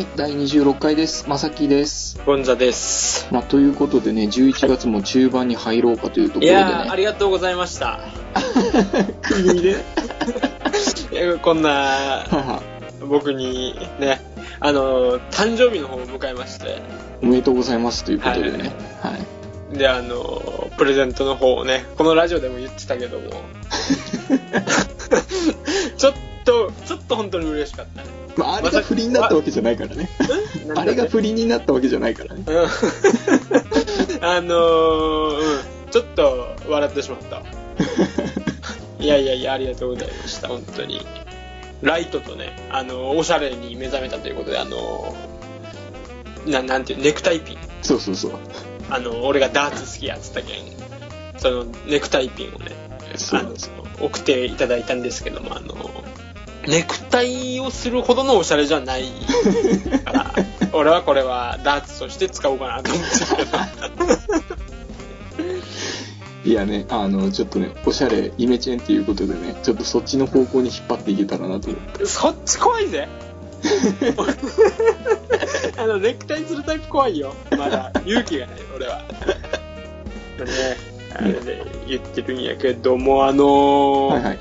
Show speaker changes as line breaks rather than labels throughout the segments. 26回です。まさきです。
ゴンザです。
まあ、ということでね、11月も中盤に入ろうかというところ
い
でね。
やー、ありがとうございました。
食い気味で。
いやこんな、
は
僕に、ね、あの、誕生日の方を迎えまして、
おめでとうございますということでね。はい。
で、あの、プレゼントの方をね、このラジオでも言ってたけども、 ちょっと、ちょっと本当に嬉しかったね。
まあ、あれが不倫になったわけじゃないからね。あれが不倫になったわけじゃないからね。
うん あのーうん、ちょっと笑ってしまった。いやいやいや、ありがとうございました、本当に。ライトとね、あの、おしゃれに目覚めたということで、あの、ななんていう、ネクタイピン。
そうそうそう。
あの、俺がダーツ好きやっつったけん、その、ネクタイピンをね、
そ
あ
うなん
の
ですよ。
送っていただいたんですけども、あの、ネクタイをするほどのおしゃれじゃない から、俺はこれはダーツとして使おうかなと思ってたけど。
いやね、あの、ちょっとね、おしゃれ、イメチェンっていうことでね、ちょっとそっちの方向に引っ張っていけたらな と思って。
そっち怖いぜあのネクタイするタイプ怖いよまだ勇気がない俺はでねあれで言ってるんやけどもあのー
はいはい。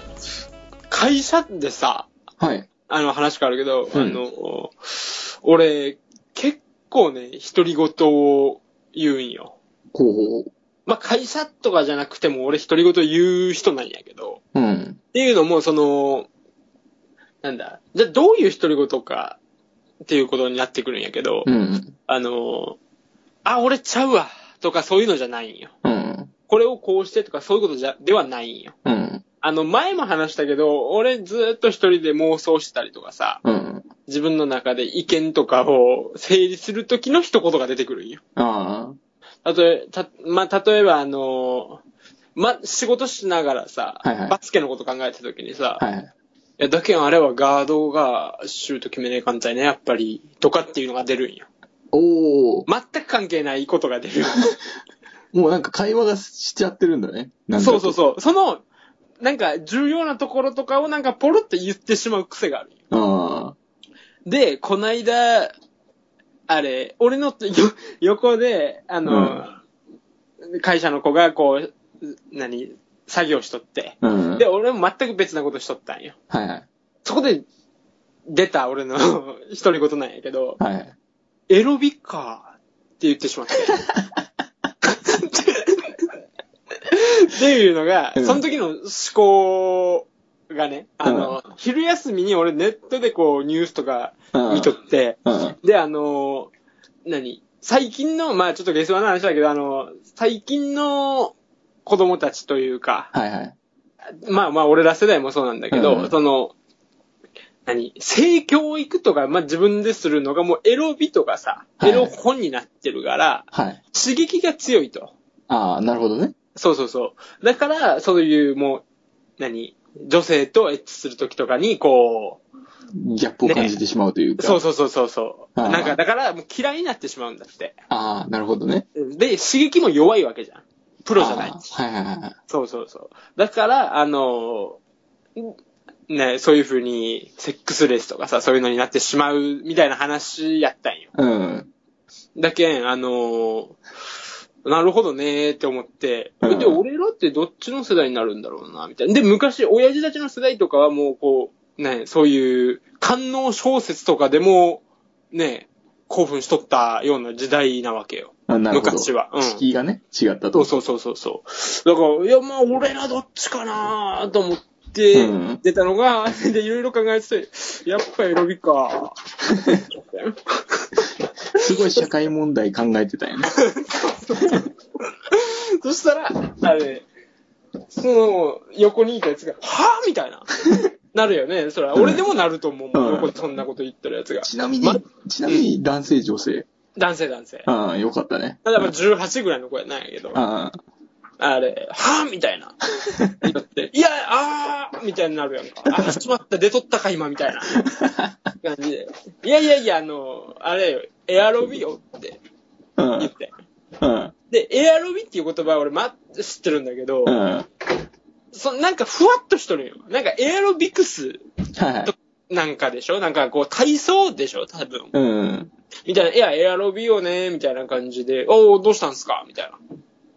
会社でさ
はい。
あの話変わるけど、
うん
あの俺結構ね独り言を言うんよ
こ
まあ会社とかじゃなくても俺独り言言う人なんやけど
う、うん。
っていうのも、その、なんだ、じゃあどういう独り言かっていうことになってくるんやけど、
うん。
あの、あ、俺ちゃうわとかそういうのじゃないんよ。
うん。
これをこうしてとかそういうことじゃ、ではないんよ。
うん。
あの、前も話したけど、俺ずーっと一人で妄想したりとかさ、
うん。
自分の中で意見とかを整理するときの一言が出てくるんよ。
あ
あとえ、た、まあ、例えばあの、ま、仕事しながらさ、
はいはい
バスケのこと考えたときにさ、
あ。はい。
いや、だけんあれはガードがシュート決めねえかんたいね、やっぱり、とかっていうのが出るんよ。
おお。
全く関係ないことが出る。
もうなんか会話がしちゃってるんだね。なんか
そうそうそう。その、なんか重要なところとかをなんかポロって言ってしまう癖があるんよ。
あ
で、こないだ、あれ、俺のよ横で、あの、会社の子がこう、何、作業しとって。
あ。うん。
で、俺も全く別なことしとったんよ。
はいはい。
そこで、出た俺の 独り言なんやけど、
はいはい。
エロビかって言ってしまって。っていうのが、
うん
その時の思考がね、あの、昼休みに俺ネットでこうニュースとか
うん
見とって、
うん。
で、あの、何最近の、まあちょっと下世話な話だけど、あの、最近の子供たちというか、
はいはい。
まあまあ俺ら世代もそうなんだけど、
うん
その、何性教育とか、まあ自分でするのがもうエロ美とかさ、
はい
エロ本になってるから、
はい。
刺激が強いと。
ああ、なるほどね。
そうそうそう。だから、そういうもう、何女性とエッチするときとかに、こ
ギャップを感じてしまうという
う、
か。
そうそうそうそうそう。
あー
なんか、だから、もう嫌いになってしまうんだって。
ああ、なるほどね。
で、刺激も弱いわけじゃん。
プ
プロじゃない。
はいはいはいはい。
そうそうそう。だから、あの、んね、そういう風に、セックスレスとかさ、そういうのになってしまうみたいな話やったんよ。
うん。
だけん、あの、なるほどねーって思って、
うん
で、俺らってどっちの世代になるんだろうな、みたいな。で、昔、親父たちの世代とかはもう、こう、ね、そういう、官能小説とかでも、ね、興奮しとったような時代なわけよ。
あなるほど。
昔はうん
敷居がね、違った
そ
と。
うそうそうそうそう。だから、いや、まあ、俺らどっちかなと思って
うん、
出たのが、 で、いろいろ考えてて、やっぱエロビ か。
すごい社会問題考えてたよ ね。
そしたら、あれ、その、横にいたやつが、はぁみたいな。なるよね。それは、俺でもなると思うもん。
うん
横でそんなこと言ってるやつが。
ちなみに
ま、
ちなみに男性女性。
男性男性。
ああ、よかったね。
ただまあ18ぐらいの子やなんやけど、
あ
あれ、はぁみたいな。言って、いや、あーみたいになるやんか。あ、しまった、出とったか、今、みたいな。感じで。いやいやいや、あの、あれよ、エアロビよって
あ。 うん。う
言っ
ん。
て。
うん。
で、エアロビっていう言葉は俺、ま、知ってるんだけど、
はい
そなんかふわっとしとるんよ。なんかエアロビクス
はい。
なんかでしょなんかこう体操でしょ多分。
うん。
みたいな、いや、エアロビよね、みたいな感じで、おー、どうしたんすかみたいな。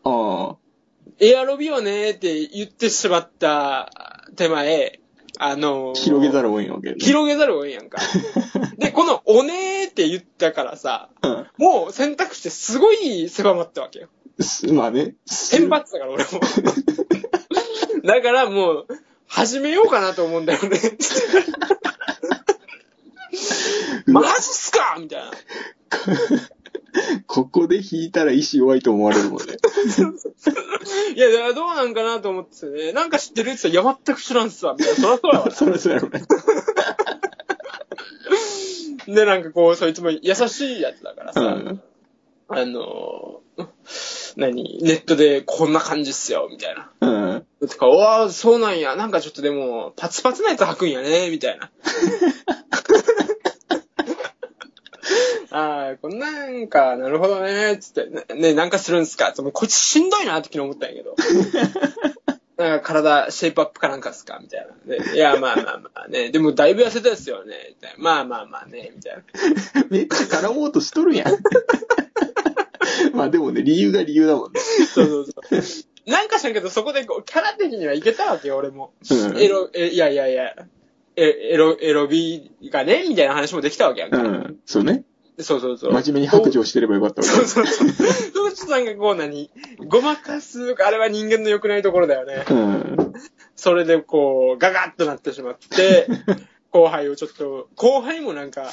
あ
エアロビよねって言ってしまった手前、あの
あ、
ー
広げざるを得んわけね。
広げざるを得んやんか。で、このおねーって言ったからさ、
うん
もう選択肢すごい狭まったわけよ。
すまあね。
選 抜だから俺も。 だからもう、始めようかなと思うんだよ ね。マジっすかみたいな。
ここで引いたら意志弱いと思われるもんね。
いや、だからどうなんかなと思っててね。なんか知ってるって言ったら、いや、全く知らんっすわ。みたいな。そらそうや わ
そりゃそうやろね。
な。で、なんかこう、そいつも優しいやつだから
う
さ、
ん。
あのー、何ネットでこんな感じっすよ、みたいな。
うん。
とか、おー、そうなんや。なんかちょっとでも、パツパツなやつ履くんやね、みたいな。あー、こんなんか、なるほどね、つって。ね、なんかするんすかつってもうこいつしんどいなって昨日思ったんやけど。なんか体、シェイプアップかなんかっすかみたいな。でいや、まあまあまあね。でも、だいぶ痩せたですよね。みたいなまあまあまあね、みたいな。
めっちゃ絡もうとしとるやん。 まあでもね、理由が理由だもんね。
そうそうそう。なんかしらんけど、そこでこう、キャラ的にはいけたわけよ、俺も。
うん
エロ、え、いやいやいや、え、エロ、エロビがね、みたいな話もできたわけやんか。
うん。そうね。
そうそうそう。
真面目に白状してればよかったわ
そうそうそう。そうちょっとなんかこう何ごまかす、あれは人間の良くないところだよね。
け。うん。
それでこう、ガガッとなってしまって、後輩をちょっと、後輩もなんか、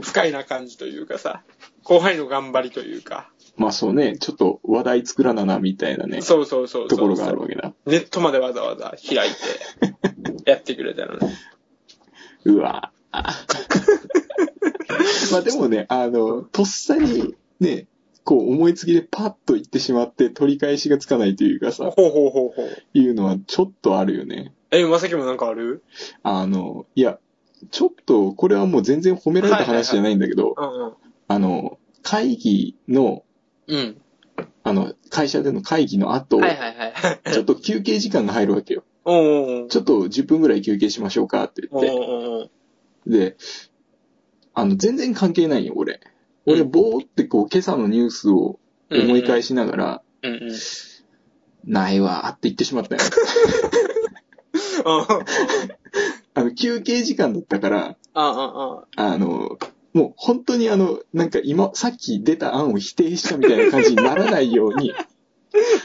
不快な感じというかさ、後輩の頑張りというか、
まあそうね、ちょっと話題作らなな、みたいなね、
そうそうそうそう。
ところがあるわけだ。
ネットまでわざわざ開い て、やってくれたのね。
う わぁまあでもね、あの、とっさに、ね、こう思いつきでパッと行ってしまって取り返しがつかないというか
ほう
さ、
ほうほうほう。
いうのはちょっとあるよね。
え、まさきもなんかある
あの、いや、ちょっと、これはもう全然褒められた話じゃないんだけど、
うんうん。
あの、会議の、
うん。
あの、会社での会議の後、
はいはいはい。
ちょっと休憩時間が入るわけよ。
おうんうん
ちょっと10分ぐらい休憩しましょうかって言
お
っ
う
て、
おう
で、あの、全然関係ないよ、俺。俺、
うん
ぼーってこう、今朝のニュースを思い返しながら、
うんうん。
ないわーって言ってしま ったよ。あの、休憩時間だったから、
ああ、あ
あの、もう本当にあの、なんか今、さっき出た案を否定したみたいな感じにならないよう に、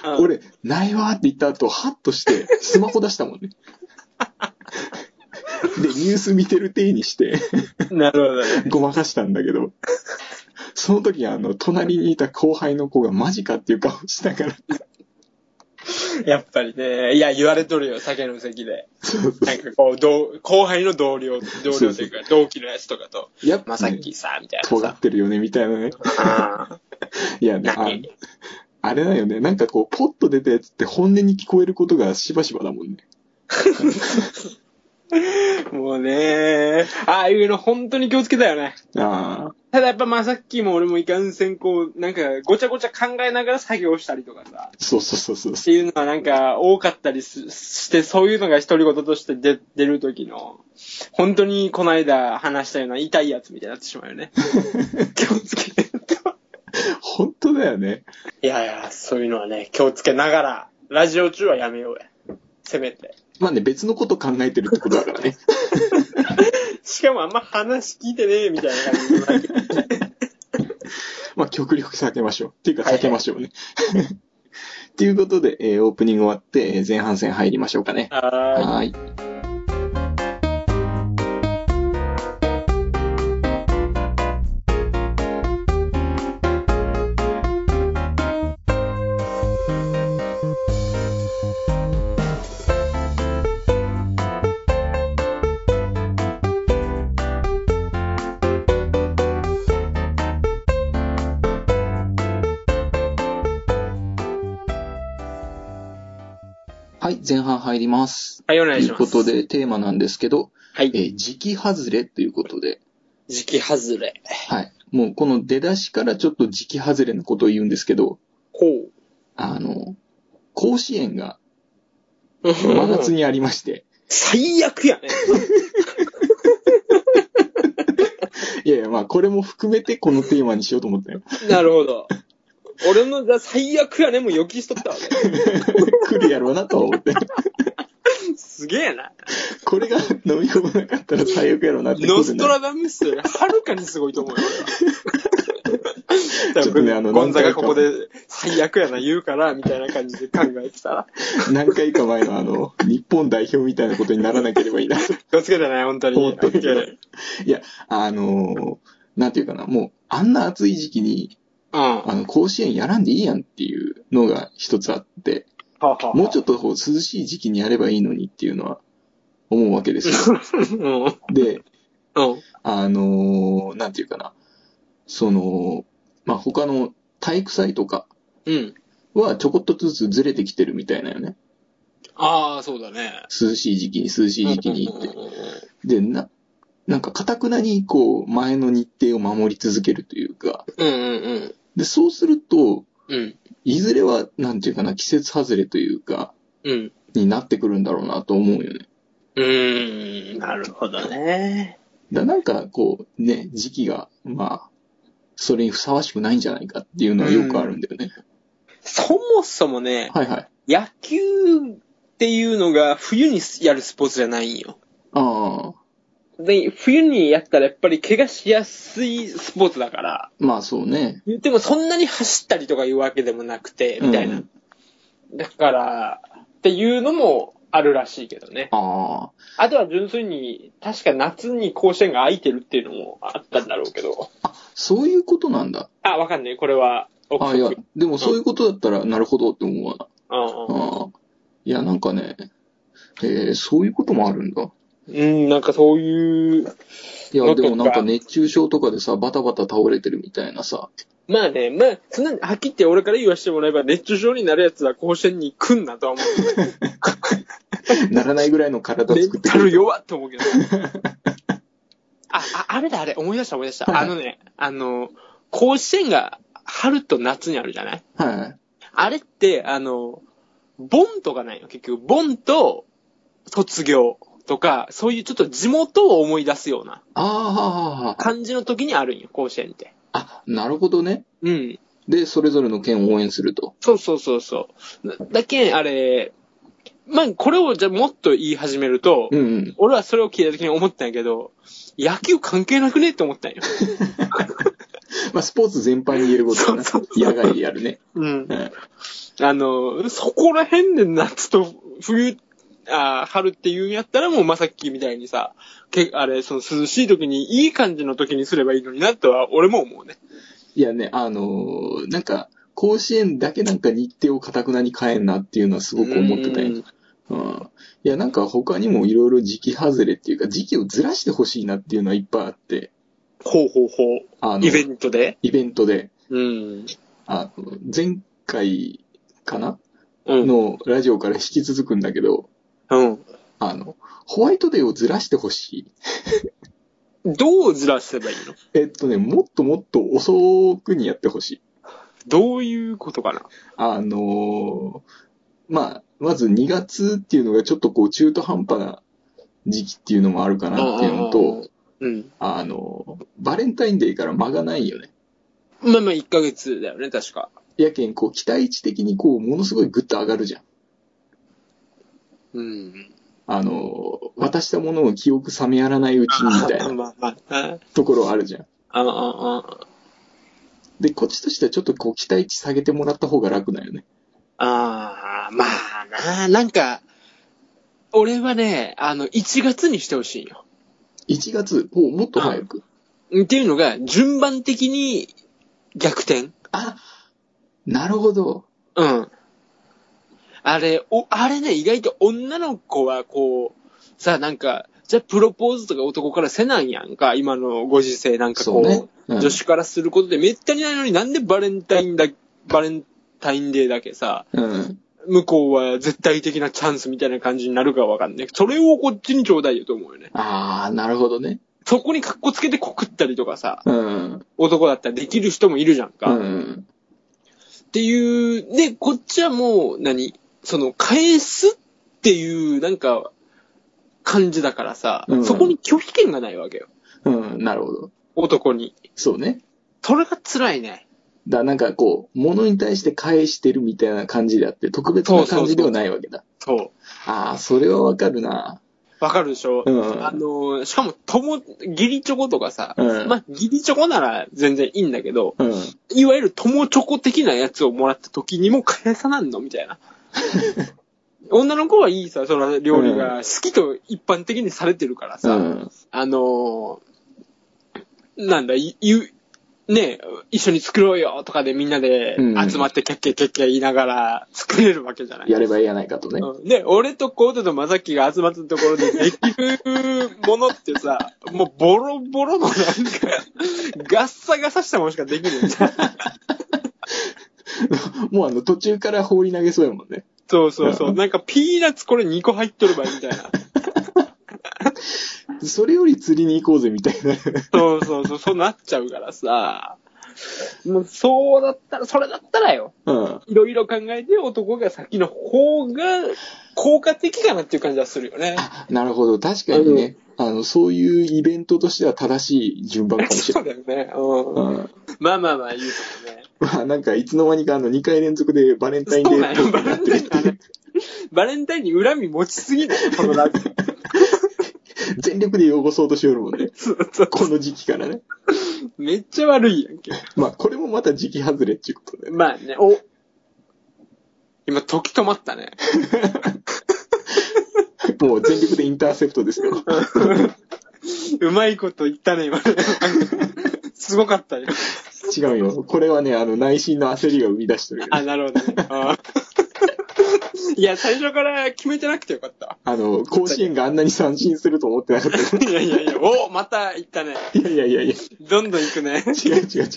あ。
俺、ないわーって言った後、ハッとして、スマホ出したもん ね。で、ニュース見てる体にして、
なるほどね。
ごまかしたんだけど、その時、あの、隣にいた後輩の子がマジかっていう顔したから、
やっぱりね。いや、言われとるよ、酒の席で。
そうそう
なんかこう、同後輩の同僚、同僚というか、同期のやつとかと、
やっ
ま
ぱ、
さ
ね、
きさ、みたいな
尖
さ
っ。てるよね、みたいなね。
あ
いやね、あ
何
あれだよね、なんかこう、ポッと出たやつって本音に聞こえることがしばしばだもんね。
あもうね、ああいうの本当に気をつけたよね。
ああ、
ただやっぱまさっきも俺もいかんせんこう、なんかごちゃごちゃ考えながら作業したりとかさ、
そうそうそうそう
っていうのはなんか多かったりすして、そういうのが独り言として出出る時の、本当にこの間話したような痛いやつみたいになってしまうよね。 気をつけてと。
本当だよね。
いやいや、そういうのはね、気をつけながら、ラジオ中はやめようや。せめて。
まあね、別のこと考えてるってことだからね。
しかもあんま話聞いてねえみたいな感じのなんか
まあ、極力避けましょう。っていうか、避けましょうね。 ということで、えーオープニング終わって、えー前半戦入りましょうかね。
はーい
はーい。はい、前半入ります。
はい、お
と
願い
い
し
う
ます。
ことで、テーマなんですけど、
は
え
い。
ー時期外れということで、
時期外れ。
はい。もうこの出だしからちょっと時期外れのことを言うんですけど、
こう。
あの、甲子園が真夏にありまして、
最悪やね。
いやいや、や、まあ、これも含めてこのテーマにしようと思ったよ。
なるほど。俺のだ最悪やね、もう予期しとったわね。
来るやろうなとは思って。
すげえな。
これが飲み込まなかったら最悪やろうなって来るな。
ノストラダムスよりはるかにすごいと思うよ。
ちょっとねあの
ゴンザが
何回か
ここで最悪やな言うから、みたいな感じで考えてたら。
何回か前のあの、日本代表みたいなことにならなければいいなと
気をつけてね、本当に。
思ってるけど
OK。
いや、あのーなんていうかな、もう、あんな暑い時期に、
うん。は
あの、甲子園やらんでいいやんっていうのが一つあって、
あはあ
もうちょっとこう涼しい時期にやればいいのにっていうのは思うわけです よ。
うん。うん。
で、あのーなんていうかな、その、まあ、他の体育祭とか
うん。
はちょこっとずつずれてきてるみたいなよね。
ああ、そうだね。
涼しい時期に涼しい時期にって。
う
で、な、なんか、かたくなに、こう、前の日程を守り続けるというか、
んうんうん。
で、そうすると、
うん。
いずれは、なんていうかな、季節外れというか、
うん。
になってくるんだろうなと思うよね。
うーん。なるほどね。
だなんか、こう、ね、時期が、まあ、それにふさわしくないんじゃないかっていうのはよくあるんだよね。
そもそもね、
はいはい。
野球っていうのが冬にやるスポーツじゃないんよ。
ああ、
で冬にやったらやっぱり怪我しやすいスポーツだから、
まあそうね。
言ってもそんなに走ったりとかいうわけでもなくて、みたいな。
うん
だから、っていうのもあるらしいけどね。
ああ、
あとは純粋に、確か夏に甲子園が空いてるっていうのもあったんだろうけど。
そういうことなんだ。
あ、わかんない。これは、憶
あいや
測、
でもそういうことだったら、なるほどって思うわな。
うん
ああ。いや、なんかね、えーそういうこともあるんだ。
うん、うんなんかそういう、
い
な
や、
んか
でもなんか熱中症とかでさ、バタバタ倒れてるみたいな さ。
まあね、まあ、そんなに、はっきり言って俺から言わせてもらえば、熱中症になるやつは甲子園に来んなとは思 う。
ならないぐらいの体
メ
作っ
ン
て
タ
くれ
ル
る。
弱って思うけど。 あ、あ、あれだ、あれ、思い出した、思い出した。
はい
あのね、あの、甲子園が春と夏にあるじゃない
はいはい。
あれって、あの、ボンとかないの結局、ボンと卒業とか、そういうちょっと地元を思い出すような
ああ、はあ、はあ。
感じの時にあるんよ、甲子園って。
あ、なるほどね。
うん。
で、それぞれの県を応援すると。
そうそうそうそう。だだけん、あれ、まあ、これをじゃあもっと言い始めると、
うんうん。
俺はそれを聞いた時に思ったんやけど、野球関係なくねって思ったんよ。
まあ、スポーツ全般に言えることだな。
そう
野外でやるね。
うん
う。ん
あの、そこら辺で夏と冬、あー春っていうんやったらもうまさっきみたいにさ、けあれ、その涼しい時にいい感じの時にすればいいのになとは俺も思うね。
いやね、あのーなんか、甲子園だけなんか日程をかたくなに変えんなっていうのはすごく思ってたよ。
う
う
ん
ん。いや、なんか他にもいろいろ時期外れっていうか、時期をずらしてほしいなっていうのはいっぱいあって、
ほうほうほう。
あの、
イベントで
イベントで、
うん。
あの、前回かな
うん。
のラジオから引き続くんだけど、
うん。
あの、ホワイトデーをずらしてほしい。
どうずらせばいいの
えっとね、もっともっと遅くにやってほしい。
どういうことかな
あのーまあ、まず2月っていうのがちょっとこう中途半端な時期っていうのもあるかなっていうのと、
うん。
あのーバレンタインデーから間がないよね。
まあまあ1ヶ月だよね、確か。
やけん、こう、期待値的にこう、ものすごいグッと上がるじゃん。
うん。
あの、渡したものを記憶冷めやらないうちにみたい な
まあまあまあ。
ところあるじゃん。
ああ、ああ、
で、こっちとしてはちょっとこう、期待値下げてもらった方が楽なんよね。
ああ、まあな、なんか、俺はね、あの、1月にしてほしいよ。
1月、おもっと早く。
っていうのが、順番的に逆転。
あ、なるほど。
うん。あれ、お、あれね、意外と女の子はこう、さ、なんか、じゃあプロポーズとか男からせなんやんか、今のご時世なんか
そ
こ
う
う、
ね。うん
女子からすることでめったにないのになんでバレンタインだ、バレンタインデーだけさ、
うん。
向こうは絶対的なチャンスみたいな感じになるかわかんない。それをこっちにちょうだいよと思うよね。
あー、なるほどね。
そこに格好つけて告ったりとかさ、
うん。
男だったらできる人もいるじゃん
う
か。っ
ん。
ていう、で、こっちはもう何、その、返すっていう、なんか、感じだからさ、
うん
そこに拒否権がないわけよ。
うん。なるほど。
男に。
そうね。
それが辛いね。
だからなんかこう、物に対して返してるみたいな感じであって、特別な感じではないわけだ。
そう。
ああ、それはわかるな。
わかるでしょ、
うん
あの、しかも、とも、ギリチョコとかさ、
うん
まあ、ギリチョコなら全然いいんだけど、
うん。
いわゆる友チョコ的なやつをもらった時にも返さなんのみ たいな。女の子はいいさ、その料理が好きと一般的にされてるからさ、
うん。
あのーなんだ、い言う、ね、一緒に作ろうよとかでみんなで
うん
集まってキャッキャキャッキャ言いながら作れるわけじゃない。
やればいいやないかとね。
うんで、俺とコートとマサキが集まったところでできるものっ てさ、もうボロボロのなんか、ガッサガサしたものしか できないじゃん。
もうあの、途中から放り投げそうやもんね。
そうそうそう。なんかピーナッツこれ2個入っとればいいみたいな。
それより釣りに行こうぜみたいな。
そうそうそう、そうなっちゃうからさ。もうそうだったら、それだったらよ。
うん。
いろいろ考えて男が先の方が効果的かなっていう感じはする よね。
なるほど。確かにね。あの、そういうイベントとしては正しい順番かもし
そ
れ
う
ない。
だよね。うん。
うん。
まあまあまあ言うけどね。
まあなんか、いつの間にかあの、2回連続でバレンタインデ
そう
ー
な
っ
ん
ぽ
よ。
く
バ
な
レ
ってる
ンタインに、バレンタインに恨み持ちすぎないこのラジオ。
全力で汚そうとしよるもんね。
そうそう
この時期からね。
めっちゃ悪いやんけ。
まあ、これもまた時期外れっていうことで。
まあね、お。今、時止まったね。
もう全力でインターセプトですけど。
うまいこと言ったね、今ね。すごかったよ。
違うよ。これはね、あの、内心の焦りが生み出してるけど
あ、なるほどね。あーいや、最初から決めてなくてよかった。
あの、甲子園があんなに三振すると思ってなかったか
いやいやいや、おまた行ったね。
ら。 いやいやいやいや、
どんどん行くね。
違う違う違う。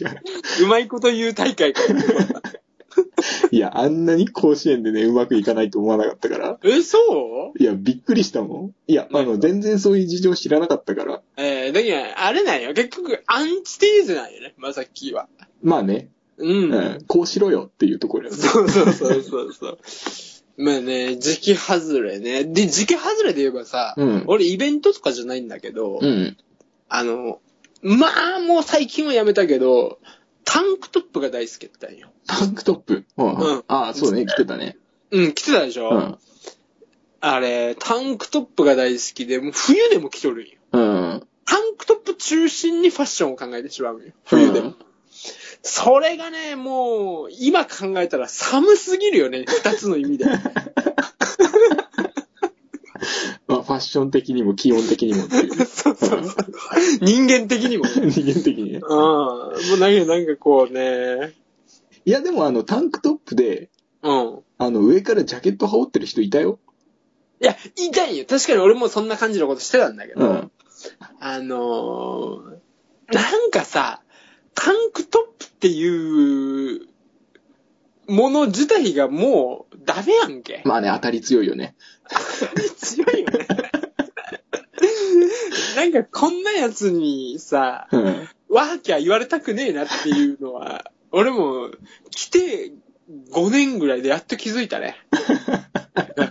うまいこと言う大会か。
いや、あんなに甲子園でね、うまくいかないと思わなかったから。
え、そう
いや、びっくりしたもん。いや、あの、全然そういう事情知らなかったから。
えー、だけど、あれなんよ。結局、アンチテーゼなんよね、まさきは。
まあね、
うん。
うん、こうしろよっていうところや
そうそうそうそうそう。まあね、時期外れね。で、時期外れで言えばさ、
うん
俺イベントとかじゃないんだけど、
うん。
あの、まあもう最近はやめたけど、タンクトップが大好きだったんよ。
タンクトップ。うん。
うん
ああ、そうね、来てたね。
うん、着てたでしょ、
うん。
あれ、タンクトップが大好きで、もう冬でも着とるんよ。
うん。
タンクトップ中心にファッションを考えてしまうんよ。冬でも。
うん
それがね、もう、今考えたら寒すぎるよね。二つの意味で。
まあ、ファッション的にも気温的にもっていう。
そうそうそう。人間的にもね。
人間的にね。
うん。もうだけどなんかこうね。
いや、でもあの、タンクトップで、
うん。
あの、上からジャケット羽織ってる人いたよ。
いや、痛いよ。確かに俺もそんな感じのことしてたんだけど。
うん。
あのー、なんかさ、タンクトップっていうもの自体がもうダメやんけ。
まあね、当たり強いよね。
強いよ ね。なんかこんなやつにさ、
うん。
ワーキャー言われたくねえなっていうのは、 俺も来て5年ぐらいでやっと気づいたね。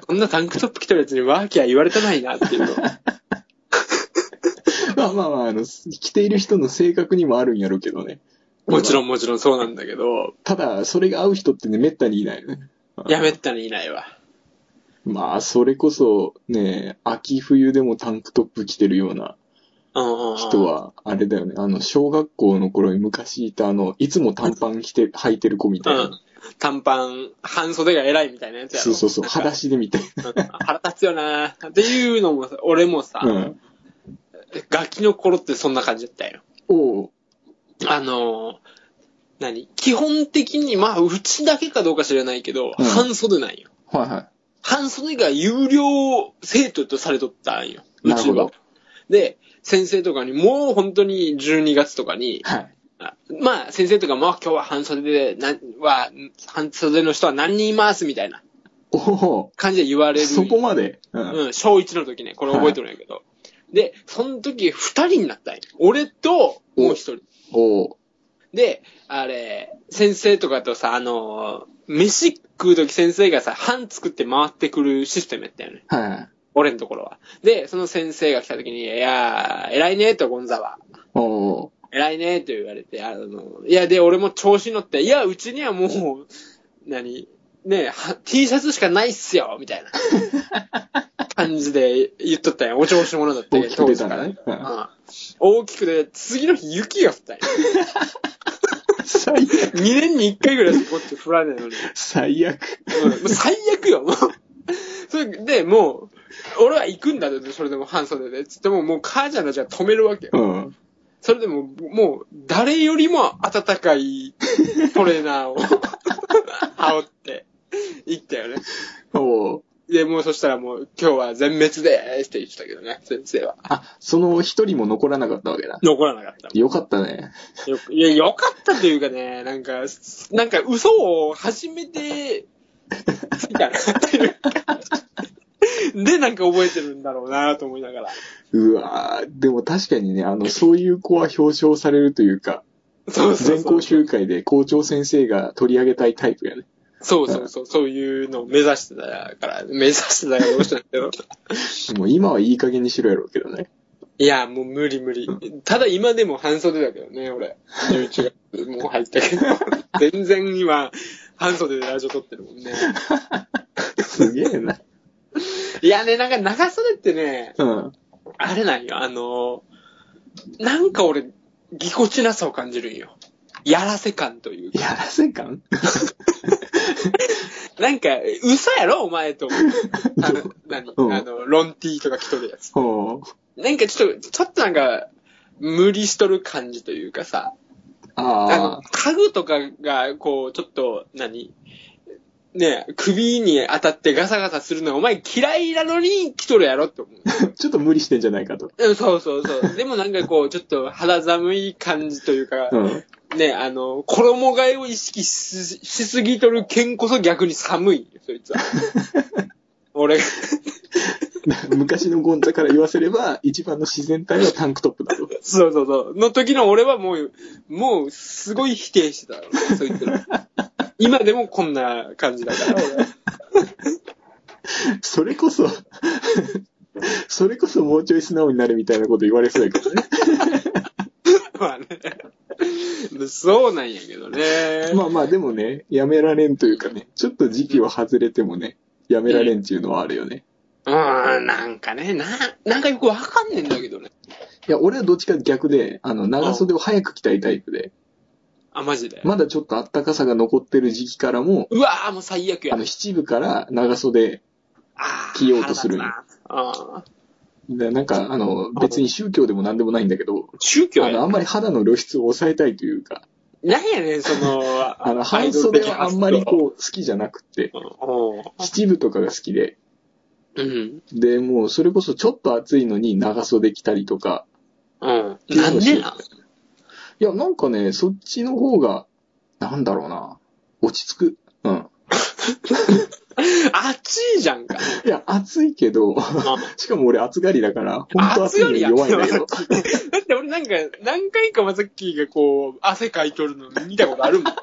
こんなタンクトップ着てるやつにワーキャー言われたないなっていうの。
まあまあまあ、あの、着ている人の性格にもあるんやろうけどね。
もちろ
ん。
んもちろんそうなんだけど、
ただ、それが合う人ってね、めったにいないよね。
やめったにいないわ。
まあ、それこそ、ね、秋冬でもタンクトップ着てるような人
人。
は、あれだよね、あの、小学校の頃に昔いた、あの、いつも短パン着て、履いてる子み
う
たい
ん
な。。
短パン、半袖が偉いみたいなやつやろ。
そうそうそう、
なん
裸
か
足でみ たい
うん腹立つよなっていうのもさ、俺もさ、
な。うん。
ガキの頃ってそんな感じだったよ。
おう。
あのー、何基本的に、まあ、うちだけかどうか知らないけど、
うん
半袖なんよ。
はいは
半袖が有料生徒とされとったんよ。
い。
う
なる
ち
ほ
は
ど。。
で、先生とかに、もう本当に12月とかに、
はい。
あまあ、先生とかも、今日は半袖で、な、は、半袖の人は何人いますみたいな
おお。
感じで言われる。
そこまで。うん。
うん、小1の時ね、これ覚えてるんやけど。で、その時2人になったんよ。俺と、もう1人。
おお。
で、あれ、先生とかとさ、あのー、飯食う時先生がさ、班作って回ってくるシステムやったよね。
はいはい。
俺のところは。で、その先生が来た時に、いやー、偉いね、と、ゴンザは。
おお。
偉いね、と言われて、あの、いや、で、俺も調子乗って、いや、うちにはもう、何ねは T シャツしかないっすよみたい な感じで言っとったんや。お調子者だって。
大きく出たんだね
当時からうん大きく出て、次の日雪が降ったんや。
最悪。
2年に1回ぐらいそこって降らないのに。
最悪。
うんもう最悪よ、もう。それで、もう、俺は行くんだって、それでも半袖で。つっても、もう母ちゃんたちは止めるわけよ。
うん。
それでも、もう、誰よりも暖かいトレーナー を羽織って行ったよね。
おう
で、もうそしたらもう、今日は全滅でーすって言ってたけどね、先生は。
あ、その一人も残らなかったわけだ。
残らなかった。
よかったね。
よく、いや、よかったというかね、なんか、なんか嘘を初めて、ついたなっていう感じ。で、なんか覚えてるんだろうなと思いながら。
うわーでも確かにね、 あの、そういう子は表彰されるというか、
そうそう
全
そう。
校集会で校長先生が取り上げたいタイプやね。
そうそうそう、そういうのを目指してたから、目指してたからどうしたんだけど。
もう今はいい加減にしろやろうけど ね。
いや、もう無理無理。ただ今でも半袖だけどね、俺。11月、もう入ったけど。全然今、半袖でラジオ撮ってるもんね。
すげえな。
いやね、なんか長袖ってね、
うん。
あれなんよ、あのー、なんか俺、ぎこちなさを感じるんよ。やらせ感 というか。
やらせ感
なんか、嘘やろ、お前 と思う。あの、何、
うん
あの、ロンティーとか着とるやつ。
ほう。
なんかちょっと、ちょっとなんか、無理しとる感じというかさ、あ
あ
の、家具とかが、こう、ちょっと、何ねえ首に当たってガサガサするのはお前嫌いなのに着とるやろって 思う。
あ、ちょっと無理してんじゃないかと。
うんそうそうそう。でもなんかこう、ちょっと肌寒い感じというか、
うん。
ね、あの、衣替えを意識ししすぎとる件こそ逆に寒いよ、そいつ は。俺が、
昔のゴンザから言わせれば、一番の自然体はタンクトップだと。
そうそうそう。の時の俺はもう、もう、すごい否定してたの、そいつら。今でもこんな感じだから、俺 は。
それこそ、 それこそもうちょい素直になるみたいなこと言われそうやけどね。
まあね。そうなんやけどね。
まあまあ、でもね、やめられんというかね、ちょっと時期は外れてもね、やめられんっていうのはあるよね。
うーん、なんかね、な、なんかよくわかんねえんだけどね。
いや、俺はどっちか逆で、あの、長袖を早く着たいタイプで、
あ、マジで。
まだちょっと暖かさが残ってる時期からも、
うわーもう最悪や
あ。の、七分から長袖、
あー
着ようとするんよ
腹立つなあー
でなんか、あの、別に宗教でも何でもないんだけど、
宗教
あの、あ
や。
んまり肌の露出を抑えたいというか、
なんやねん、その、
あの、
アイ
半
ドル
袖
的
はあ
発
ん
想
まりこう、好きじゃなくて、七分とかが好きで、
うん。
で、もう、それこそちょっと暑いのに長袖着たりとか、
うん。なんでない
や、なんかね、そっちの方が、なんだろうな、落ち着く。うん。
暑いじゃんか。
いや、暑いけど、 しかも俺暑がりだから、本当暑いのに弱いんだけど。
だって俺なんか、何回かまさっきーがこう、汗かいとるの見たことあ るもん。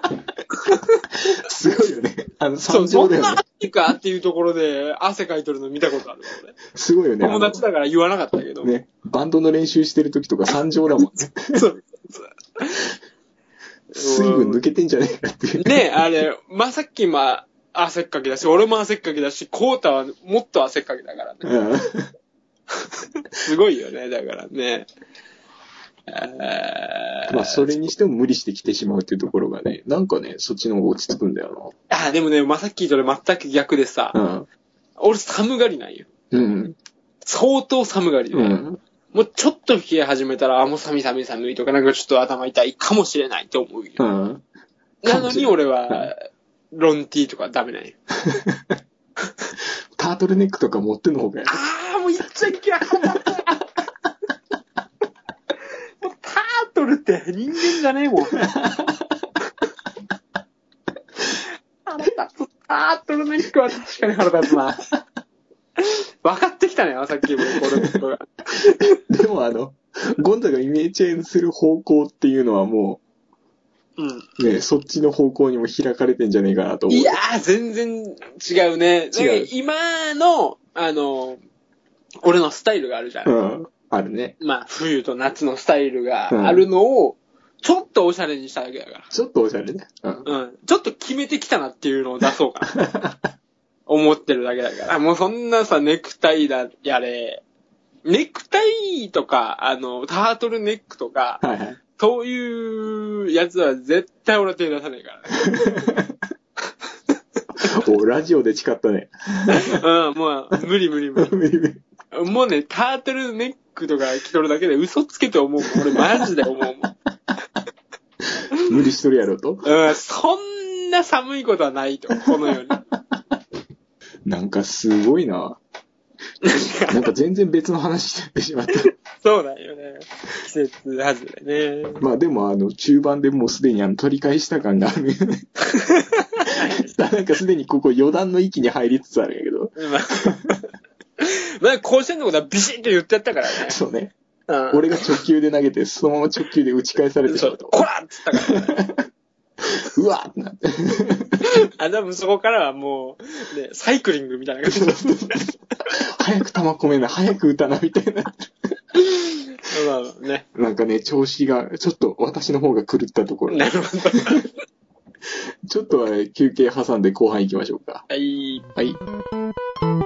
すごいよね。あの、
そ
山
う、そ
頂
ん
だよ
な
ね。
暑いかっていうところで汗かいとるの見たことあるわ俺。
すごいよね。あの
友達だから言わなかったけど。
ね、バンドの練習してる時とか山頂だもんね。
そう。
水分抜けてんじゃねえかっていう。
ねえ、あれ、まさっきーも汗っかきだし、俺も汗っかきだし、コータはもっと汗っかきだからね。
うん
すごいよね、だからね。あー
まあ、それにしても無理して来てしまうっていうところがね、なんかね、そっちの方が落ち着くんだよ
あ、でもね、まさっきと俺全く逆でさ、
な。
俺寒がりなんよ。
うん。
相当寒がりで、
うん。うん。
もうちょっと冷え始めたら、あ、もう寒い寒い寒いとか、なんかちょっと頭痛いかもしれないと思うよ。
うん。
なのに俺
かも
は、ロンティーとかダメなんよ。
タートルネックとか持ってんの方がや
あー、もう言っちゃいけない。もうタートルって人間じゃねえもん。腹立つ。タートルのックは確かに腹立つな。分かってきたね、さっきもこのことが。
でもあの、ゴンザがイメージする方向っていうのはも
うん。
う、ね、そっちの方向にも開かれてんじゃねえかなと思う。
いやー、全然違うね。
違う
なんか今の、あの、俺のスタイルがあるじゃん。
うん。あるね。
まあ、冬と夏のスタイルがあるのを、ちょっとおしゃれにしただけだから。
ちょっとおしゃれね。うん。
うん。ちょっと決めてきたなっていうのを出そうかな。 思ってるだけだから。もうそんなさ、ネクタイだ、やれ。ネクタイとか、あの、タートルネックとか、
はい はい。
そういうやつは絶対俺は手出さないからね。
お、ラジオで誓ったね。
うん、もう、無理無理無理。もうね、タートルネックとか着とるだけで嘘つけて思うもん。俺マジで思うもん。
無理しとるやろと。
うん、そんな寒いことはないと、この 世に。
なんかすごい な。なんか全然別の話になってしまった。
そうだよね。季節外れね。
まあでもあの、中盤でもうすでにあの、取り返した感があるよね。なんかすでにここ余談の域に入りつつあるんやけど。
まあ、まあ 甲子園のことはビシッと言ってやったからね。
そうね。
うん、
俺が直球で投げて、そのまま直球で打ち返されてし
そ
ま
う
うと。
こらっつったから、ね。
うわーってなって。
あ、多分そこからはもう、ね、サイクリングみたい な感じで。
早く球込めな、早く打たな、みたいな。
まあまあね。
なんかね、調子が、ちょっと私の方が狂ったところ。
なるほど。
ちょっとは休憩挟んで後半行きましょうか。
はい。
はい。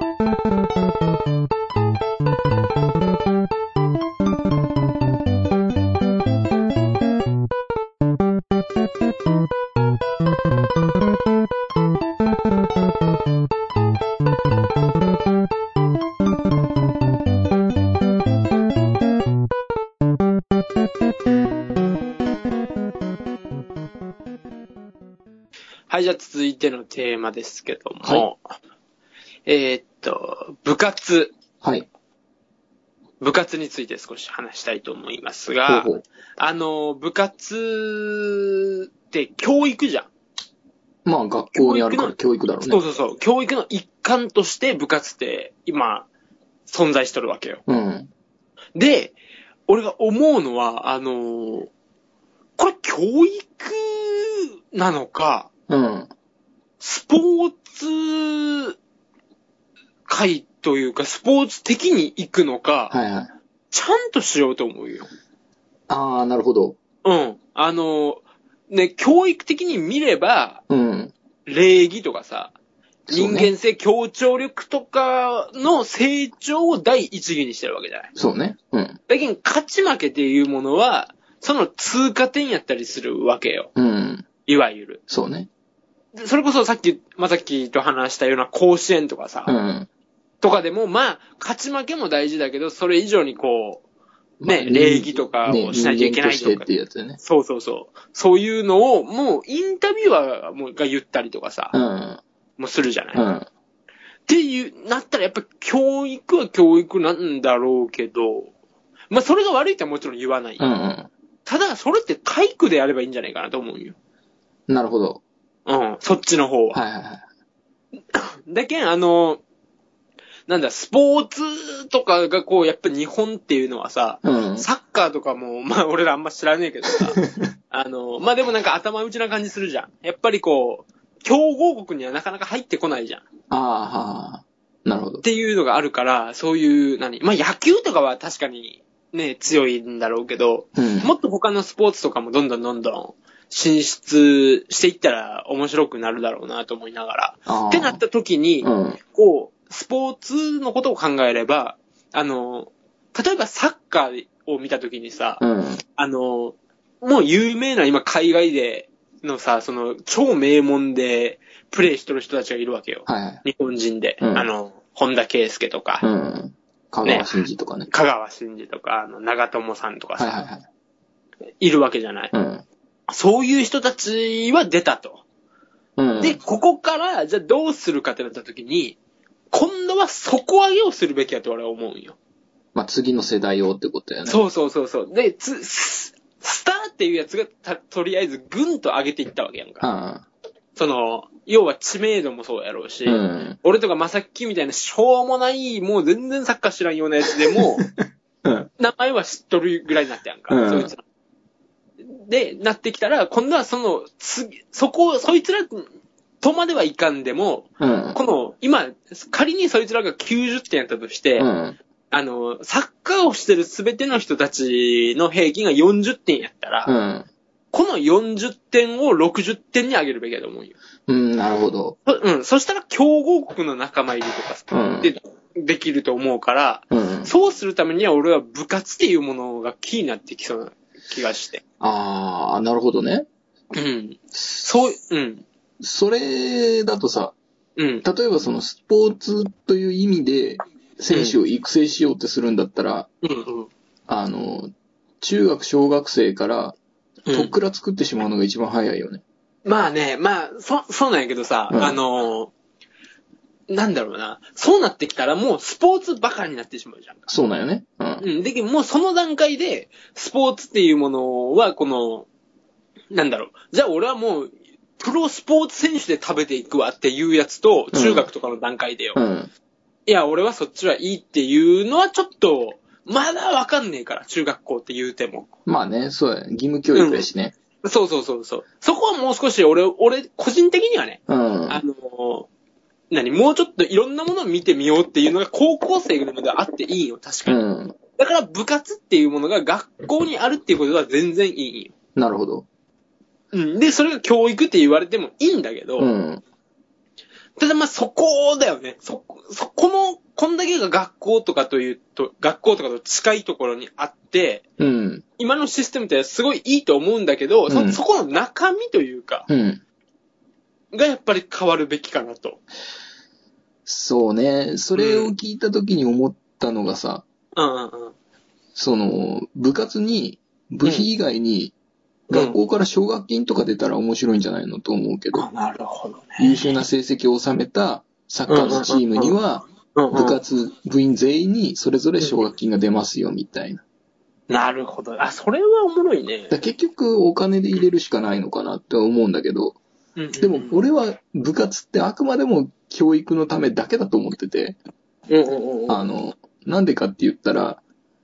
はい、じゃあ続いてのテーマですけども。えーっと、部活。
はい。
部活について少し話したいと思います
ほう
が、
ほう。
あの、部活って教育じゃん。
まあ、学校にあるから教育だろう
そう
ね。
そうそう。教育の一環として部活って今存在しとるわけよ。
うん。
で、俺が思うのは、あのーこれ教育なのか、
うん。
スポーツ界というか、スポーツ的に行くのか、
はいはい。
ちゃんとしようと思うよ。
ああ、なるほど。
うん。あのーね、教育的に見れば、
うん。
礼儀とかさ、
そう
人
ね
間性、協調力とかの成長を第一義にしてるわけじゃない。
そうね。うん。
だけど、勝ち負けっていうものは、その通過点やったりするわけよ。
うん。
いわゆる。
そうね。
でそれこそさっき、まさきと話したような甲子園とかさ、
うん。
とかでも、まあ、勝ち負けも大事だけど、それ以上にこう、
まあ
ね、礼儀とかをしないといけない
ね
と
人間として
か
っ。ていうやつだよね。
そうそうそう。そういうのを、もう、インタビュアーもが言ったりとかさ
う、ん。
もうするじゃない。
うん。
っていう、なったらやっぱ教育は教育なんだろうけど、まあそれが悪いとはもちろん言わない。
うん。うん
ただそれって体育でやればいいんじゃないかなと思うよ。
なるほど。
うん、そっちの方は。
はいはいはい。
だけん、あの、なんだ、スポーツとかがこう、やっぱ日本っていうのはさ、
うん。
サッカーとかも、 まあ俺らあんま知らねえけ どさ、あの、まあでもなんか頭打ちな感じするじゃん。やっぱりこう、強豪国にはなかなか入ってこないじゃん。
ああ、なるほど
っ。ていうのがあるから、そういう、何まあ、野球とかは確かにね、強いんだろうけど、
うん。
もっと他のスポーツとかもどんどんどんどん進出していったら面白くなるだろうなと思いながら。
あー
ってなった時に、
うん。
こう、スポーツのことを考えれば、あの、例えばサッカーを見た時にさ、
うん。
あの、もう有名な今海外でのさ、その超名門でプレイしてる人たちがいるわけよ。
はいはい。
日本人で、
うん
あの、本田圭佑とか、
うん。香川真司とかね。
香川真司とか、あの、長友さんとかさ、
はいはいはい。
い、るわけじゃない。
うん。
そういう人たちは出たと。
うん。
で、ここから、じゃあどうするかってなった時に、今度は底上げをするべきだと俺は思うんよ。
まあ、次の世代をってことやね。
そうそうそうそう。で、つ、ススターっていうやつがた、とりあえずぐんと上げていったわけやんか。その、要は知名度もそうやろうし、
うん。うん。
俺とかまさっきみたいなしょうもない、もう全然サッカー知らんようなやつでも、
うん。
名前は知っとるぐらいになったやんか、
うん
そいつら。で、なってきたら、今度はその、次、そこ、そいつらとまではいかんでも、
うん。
この、今、仮にそいつらが90点やったとして、
うん。
あの、サッカーをしてるすべての人たちの平均が40点やったら、
うん。
この40点を60点に上げるべきだと思うよ。
うん、なるほど。
そうん、そしたら強豪国の仲間入りとか
う
さ
ん
で、できると思うから、
うん。
そうするためには俺は部活っていうものがキーになってきそうな気がして。
ああ、なるほどね。
うん。そう、うん。
それだとさ、
うん。
例えばそのスポーツという意味で選手を育成しようってするんだったら、
うん。
あの、中学、小学生から
う
特
ん。
クラ作ってしまうのが一番早いよね。
まあね、まあ、そ、そうなんやけどさ、
うん
あのーなんだろうな。そうなってきたらもうスポーツバカになってしまうじゃん。
そうなんよね。うん。
うん。で、もうその段階で、スポーツっていうものは、この、なんだろう。じゃあ俺はもう、プロスポーツ選手で食べていくわっていうやつと、
うん
中学とかの段階でよ。
うん。
いや、俺はそっちはいいっていうのはちょっと、まだわかんねえから、中学校って言うても。
まあね、そうや。義務教育やしね。
そうそうそうそう。そこはもう少し俺、俺、個人的にはね、
うん。
あのー何もうちょっといろんなものを見てみようっていうのが高校生まではあっていいよ、確か
う
に。
ん。
だから部活っていうものが学校にあるっていうことは全然いいよ。
なるほど。
うん。で、それが教育って言われてもいいんだけど、
うん。
ただまあそこだよね。そ、そこの、こんだけが学校とかというと、学校とかと近いところにあって、
うん。
今のシステムってすごいいいと思うんだけど、
うん
そそこの中身というか、
うん。
がやっぱり変わるべきかなと。
そうね。それを聞いた時に思ったのがさ、
うんうんうん。
その、部活に、部費以外に、
うん
学校から奨学金とか出たら面白いんじゃないのと思うけど、
なるほどね。
優秀な成績を収めたサッカーのチームには、
うん
部活、部員全員にそれぞれ奨学金が出ますよ、みたいな。
なるほど。あ、それはおもろいね
だか。ら結局、お金で入れるしかないのかなって思うんだけど、でも俺は部活ってあくまでも教育のためだけだと思ってて、
うんうんうん。
あの、なんでかって言ったら、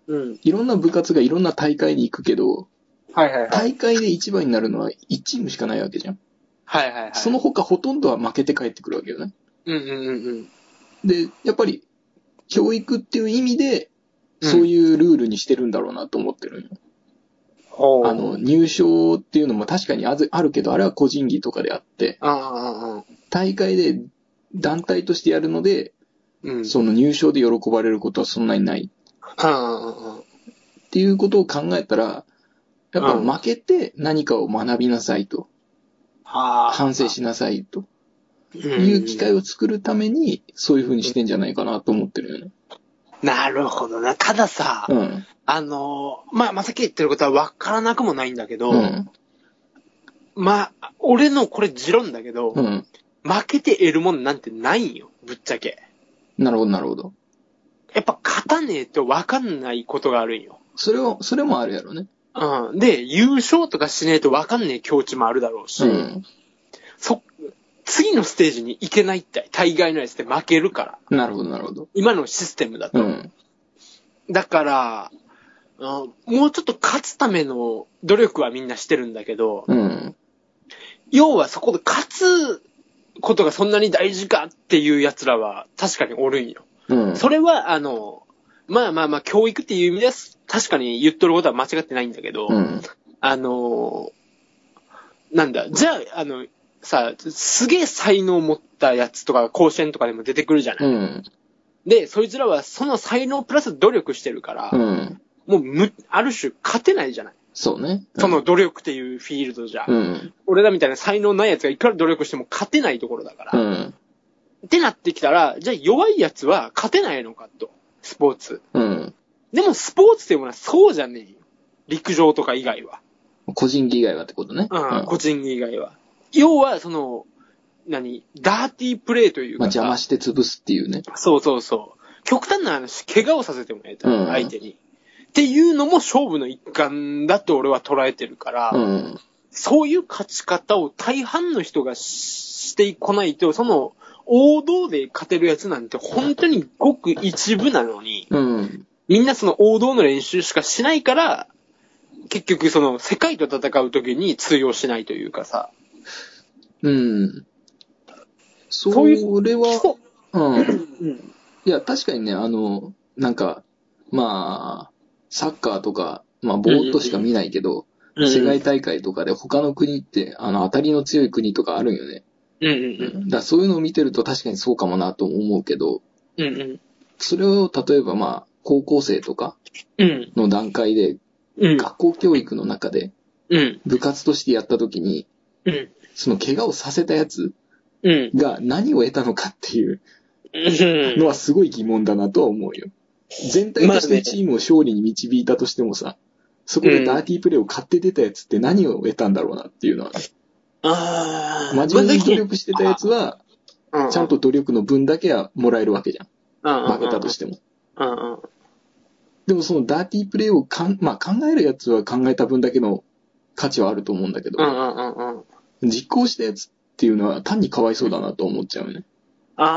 うん。
いろんな部活がいろんな大会に行くけど、
はいはいはい。
大会で一番になるのは1チームしかないわけじゃん。
はいはいはい。
その、他ほとんどは負けて帰ってくるわけよね。
うんうんうんうん。
で、やっぱり、教育っていう意味で、そういうルールにしてるんだろうなと思ってるんよ。
ほう。
あ、の、入賞っていうのも確かにあずあるけど、あれは個人技とかであって、
ああ、ああ、
大会で団体としてやるので、
うん。
その入賞で喜ばれることはそんなにない
ああ、あ
っていうことを考えたら、やっぱ
うん
負けて何かを学びなさいと、
あ。
反省しなさいとい
いう
機会を作るために、そういう風にしてんじゃないかなと思ってるよね。
なるほどな。たださ、
うん。
あのー、まあ、まさきが言ってることは分からなくもないんだけど、
うん。
まあ、俺のこれ持論だけど、
うん。
負けて得るもんなんてないんよ、ぶっちゃけ。
なるほど、なるほど。
やっぱ勝たねえと分かんないことがあるんよ。
それを、それもあるやろね。
うん。で、優勝とかしねえと分かんねえ境地もあるだろうし、
うん。
そ、次のステージに行けないって、大概のやつって負けるから。
なるほど、なるほど。
今のシステムだと。
うん。
だから、うんもうちょっと勝つための努力はみんなしてるんだけど、
うん。
要はそこで勝つことがそんなに大事かっていう奴らは確かにおるんよ。
うん。
それは、あの、まあまあまあ、教育っていう意味です。確かに言っとることは間違ってないんだけど、
うん。
あの、なんだ、じゃあ、あの、さ、すげえ才能を持ったやつとか、甲子園とかでも出てくるじゃない。
うん。
で、そいつらはその才能プラス努力してるから、
うん。
もうむ、ある種勝てないじゃない。
そうね。
その努力っていうフィールドじゃ。
うん。
俺らみたいな才能ないやつがいくら努力しても勝てないところだから。
う
っ
ん。
てなってきたら、じゃあ弱いやつは勝てないのかと。スポーツ。
うん。
でもスポーツっていうものはそうじゃねえよ。陸上とか以外は。
個人技以外はってことね。
うん、個人技以外は。要は、その、何ダーティープレイという
まあ、
かさ、
邪魔して潰すっていうね。
そうそうそう。極端な話、怪我をさせてもらえた、
うん
相手に。っていうのも勝負の一環だと俺は捉えてるから、
うん。
そういう勝ち方を大半の人がししてこないと、その、王道で勝てるやつなんて本当にごく一部なのに、
うん。
みんなその王道の練習しかしないから、結局その世界と戦う時に通用しないというかさ、
うん。そ
そうい
れ
う
は、うん。
うん。
いや、確かにね、あの、なんか、まあ、サッカーとか、まあ、ぼーっとしか見ないけど、
うん
世界大会とかで他の国って、あの、当たりの強い国とかあるんよね。
うん
う
うん
ん。だからそういうのを見てると確かにそうかもなと思うけど、
うん。うんうん。
それを例えばまあ、高校生とか
うん。
の段階で、
うん。
学校教育の中で
うん。
部活としてやった時に、
うん。
その怪我をさせたやつ
うん。
が何を得たのかっていう
うん
のはすごい疑問だなとは思うよ。全体とし
まあ
て
ね
チームを勝利に導いたとしてもさ、そこでダーティープレイを買って出たやつって何を得たんだろうなっていうのは、
ああ。
真面目に努力してたやつは、
まあ
ちゃん。と努力の分だけはもらえるわけじゃん。
負
負けたとしても。
うんうん。
でもそのダーティープレイをかん、まあ、考えるやつは考えた分だけの価値はあると思うんだけ
う
ど、
んうんうんうん。
実行したやつっていうのは単にかわいそうだなと思っちゃうよね。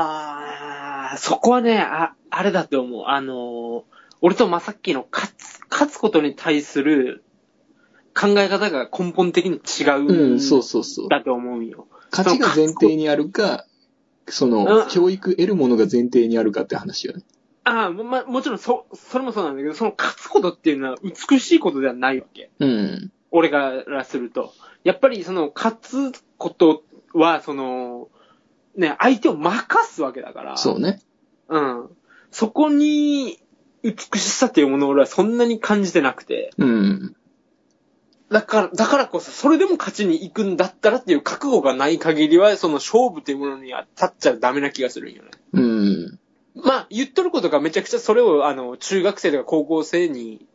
ああ、そこはね、あ、あれだと思う。あのー俺とまさっきの勝つ、勝つことに対する考え方が根本的に違う。
うん、そうそうそう。
だと思うよ。
勝ちが前提にあるか、その
う、ん
教育得るものが前提にあるかって話よね。
ああ、もま、もちろんそ、それもそうなんだけど、その勝つことっていうのは美しいことではないわけ。
うん。
俺からすると。やっぱりその、勝つことは、その、ね、相手を任すわけだから。
そうね。
うん。そこに、美しさっていうものを俺はそんなに感じてなくて。
うん。
だから、だからこそ、それでも勝ちに行くんだったらっていう覚悟がない限りは、その勝負というものには立っちゃダメな気がするんよね。
うん。
まあ、言っとることがめちゃくちゃそれを、あの、中学生とか高校生に、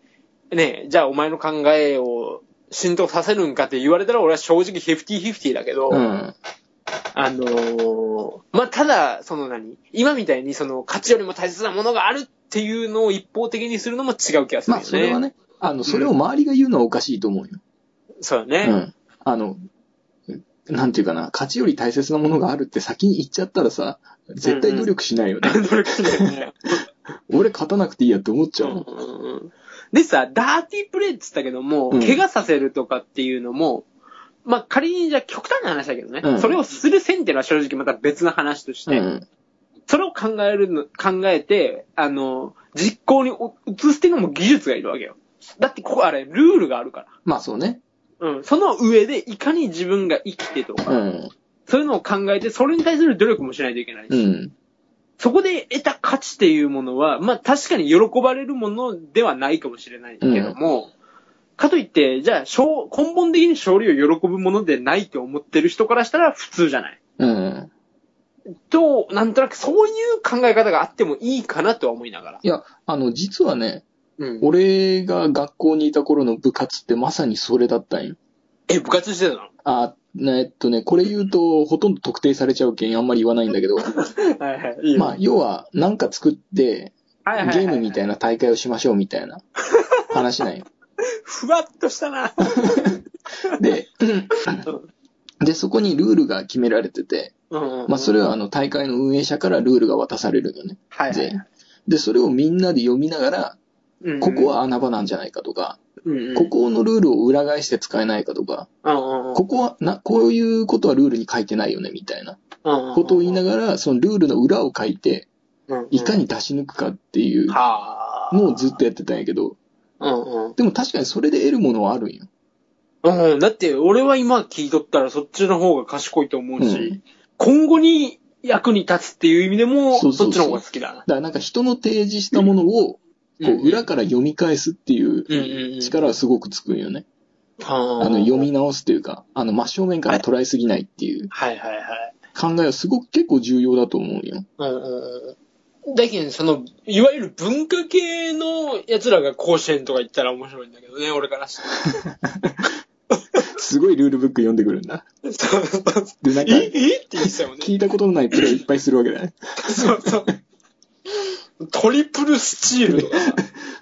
ね、じゃあお前の考えを浸透させるんかって言われたら俺は正直50-50だけど、
うん。
あのーまあ、ただ、その何今みたいにその勝ちよりも大切なものがあるっていうのを一方的にするのも違う気がするよね。
まあ、それは。ね、あの、それを周りが言うのはおかしいと思うよ。
そう
う
だね。
ん。あの、なんていうかな、勝ちより大切なものがあるって先に言っちゃったらさ、絶対努力しないよね。
努力しないよね。
俺勝たなくていいやって思っちゃうもん。
でさ、ダーティープレイって言ったけども、
うん
怪我させるとかっていうのも、まあ、仮にじゃあ極端な話だけどね、
うん
それをする線っていうのは正直また別の話とし
う
て、
ん。
それを考えるの、考えて、あの、実行にお移すっていうのも技術がいるわけよ。だってここあれ、ルールがあるから。
まあ、そうね。
うん。その上で、いかに自分が生きてと
う
か、
ん。
そういうのを考えて、それに対する努力もしないといけないし、
うん。
そこで得た価値っていうものは、まあ確かに喜ばれるものではないかもしれないけども、かといって、じゃあ、勝根本的に勝利を喜ぶものでないと思ってる人からしたら普通じゃない。
うん。
と、なんとなくそういう考え方があってもいいかなとは思いながら。
いや、あの、実はね、
うん。
俺が学校にいた頃の部活ってまさにそれだったんよ。
え、部活してたの
あ、ねえっとね、これ言うと、ほとんど特定されちゃうけん、あんまり言わないんだけど、
はいはい。いいよ
まあ、要は、なんか作って、
はいはいはいはい
ゲームみたいな大会をしましょうみた いな話なんよ。
ふわっとしたな。
で、で、そこにルールが決められてて、
うんうん。
まあ、そ
れ、
れはあの、大会の運営者からルールが渡されるのね。
はいは
で
い。、
で、それをみんなで読みながら、
うんうん
ここ、は穴場なんじゃないかとか、
うんうん
こ、このルールを裏返して使えないかとか、こ
こ
こは、な、こういうことはルールに書いてないよね、みたいなことを言いな
が
がら、そのルールの裏を書いて、
ら
いか、に出し抜くかっていう
はあ。
のをずっとやってたんやけど、
うんうん。
でも確かにそれで得るものはあるんよ。
うん、だって俺は今聞いとったらそっちの方が賢いと思うし、
うん
今後に役に立つっていう意味でも、
そうそそ
そう
う
っちの方が好きだ
だ。
な
からなんか人の提示したものを、こう裏から読み返すっていう
うんうんうん
力はすごくつくんよね。
あ
あの読。み直すというか、あの真正面から捉えすぎないっていう
はいはいはい。
考えはすごく結構重要だと思う よ。
うんうんうん。だけど、その、いわゆる文化系の奴らが甲子園とか行ったら面白いんだけどね、俺からして。
すごいルールブック読んでくるんだ。
そうそうそう
で、なん
え
か
えって言ってたよね。
聞いたことのないプレイいっぱいするわけだね。
そうそう。トリプルスチールと かさ、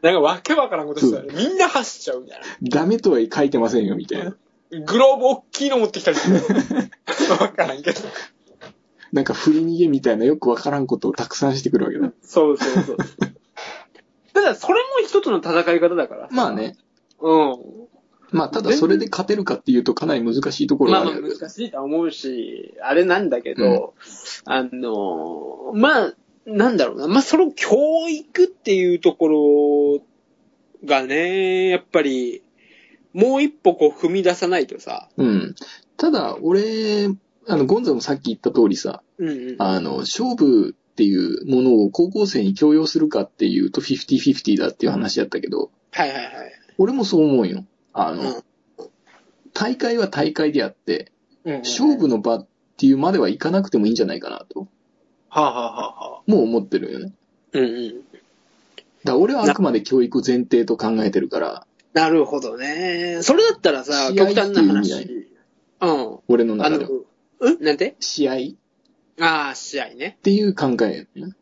なんかわけわからんことしてたよね。みんな走っちゃうみたいな。
ダメとは書いてませんよ、みたいな。
グローブ大きいの持ってきたり する。わからんけど。
なんか振り逃げみたいなよくわからんことをたくさんしてくるわけだ。
そうそうそう。ただ、それも一つの戦い方だから。
まあね。
うん。
まあ、ただそれで勝てるかっていうとかなり難しいところ
ま
があ
あまあ
るんだけど。
難しいとは思うし、あれなんだけど、あのー、まあ、なんだろうな。まあ、その教育っていうところがね、やっぱり、もう一歩こう踏み出さないとさ、
うん。ただ、俺、あの、ゴンザもさっき言った通りさ、
うんうん。
あの、勝負っていうものを高校生に強要するかっていうと50-50だっていう話だったけど、
はいはいはい。
俺もそう思うよ。あの、
うん
大会は大会であって、
うんうん
勝負の場っていうまではいかなくてもいいんじゃないかなと、
はあ、はあはあはあ、
もう思ってるよね。
うんうん。
だから俺はあくまで教育前提と考えてるから、
なるほどね。それだったらさ、
試合
極
っ
端な
ていう意
話。うん。
俺の中
あの
では。、
うんなんて
試合っ
ああ、試合ね。
ていう考えよね。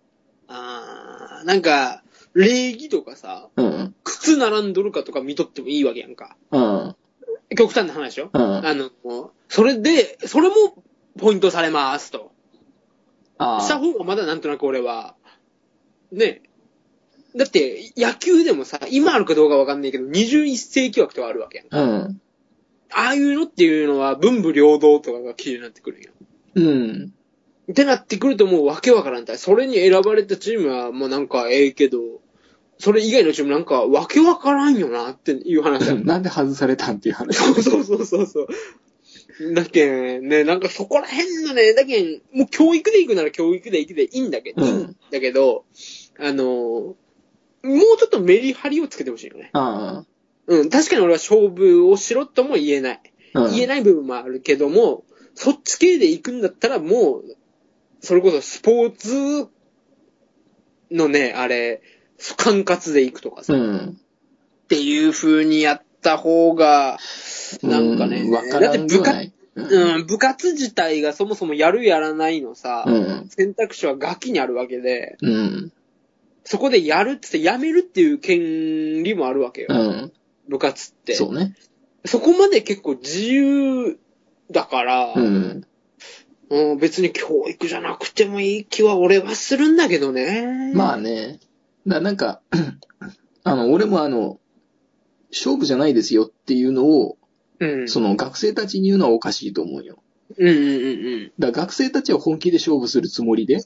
ああ、なんか、礼儀とかさ、
うんうん。
靴並んどるかとか見とってもいいわけやんか。
うん。
極端な話よ。
うん。
あの、それで、それもポイントされますと。
あ
した
ー
方がまだなんとなく俺は、ねだって、野球でもさ、今あるかどうかわかんないけど、21世紀枠とかあるわけやん。
うん。
ああいうのっていうのは、文武両道とかが気になってくるんや。
うん。
ってなってくるともうわけわからんたい。それに選ばれたチームは、まあなんかええけど、それ以外のチームなんかわけわからんよなっていう話やん
なんで外されたんっていう話。
そうそうそうそうそう。だけんね、なんかそこら辺のね、だけん、もう教育で行くなら教育で行くでいいんだけど、
うん
いいんだけど、あのー、もうちょっとメリハリをつけてほしいよね。
あ
うん、確かに俺は勝負をしろとも言えない。
あ。うん。
言えない部分もあるけども、そっち系で行くんだったらもう、それこそスポーツのね、あれ、管轄で行くとかさ、
う
っ
ん。
ていう風にやった方が、なんかね、
うわからんでは
だ
な
っ
い。
て
う
部活、うん、部活自体がそもそもやるやらないのさ、
うん。
選択肢はガキにあるわけで、
うん。
そこでやるっつってやめるっていう権利もあるわけよ、
うん。
部活って。
そうね。
そこまで結構自由だから、
うん。
うん、別に教育じゃなくてもいい気は俺はするんだけどね。
まあね。だなんか、 あの、俺もあの、勝負じゃないですよっていうのを、
うん。
その学生たちに言うのはおかしいと思うよ。
うんうんうんうん
だから学生たちは本気で勝負するつもりで、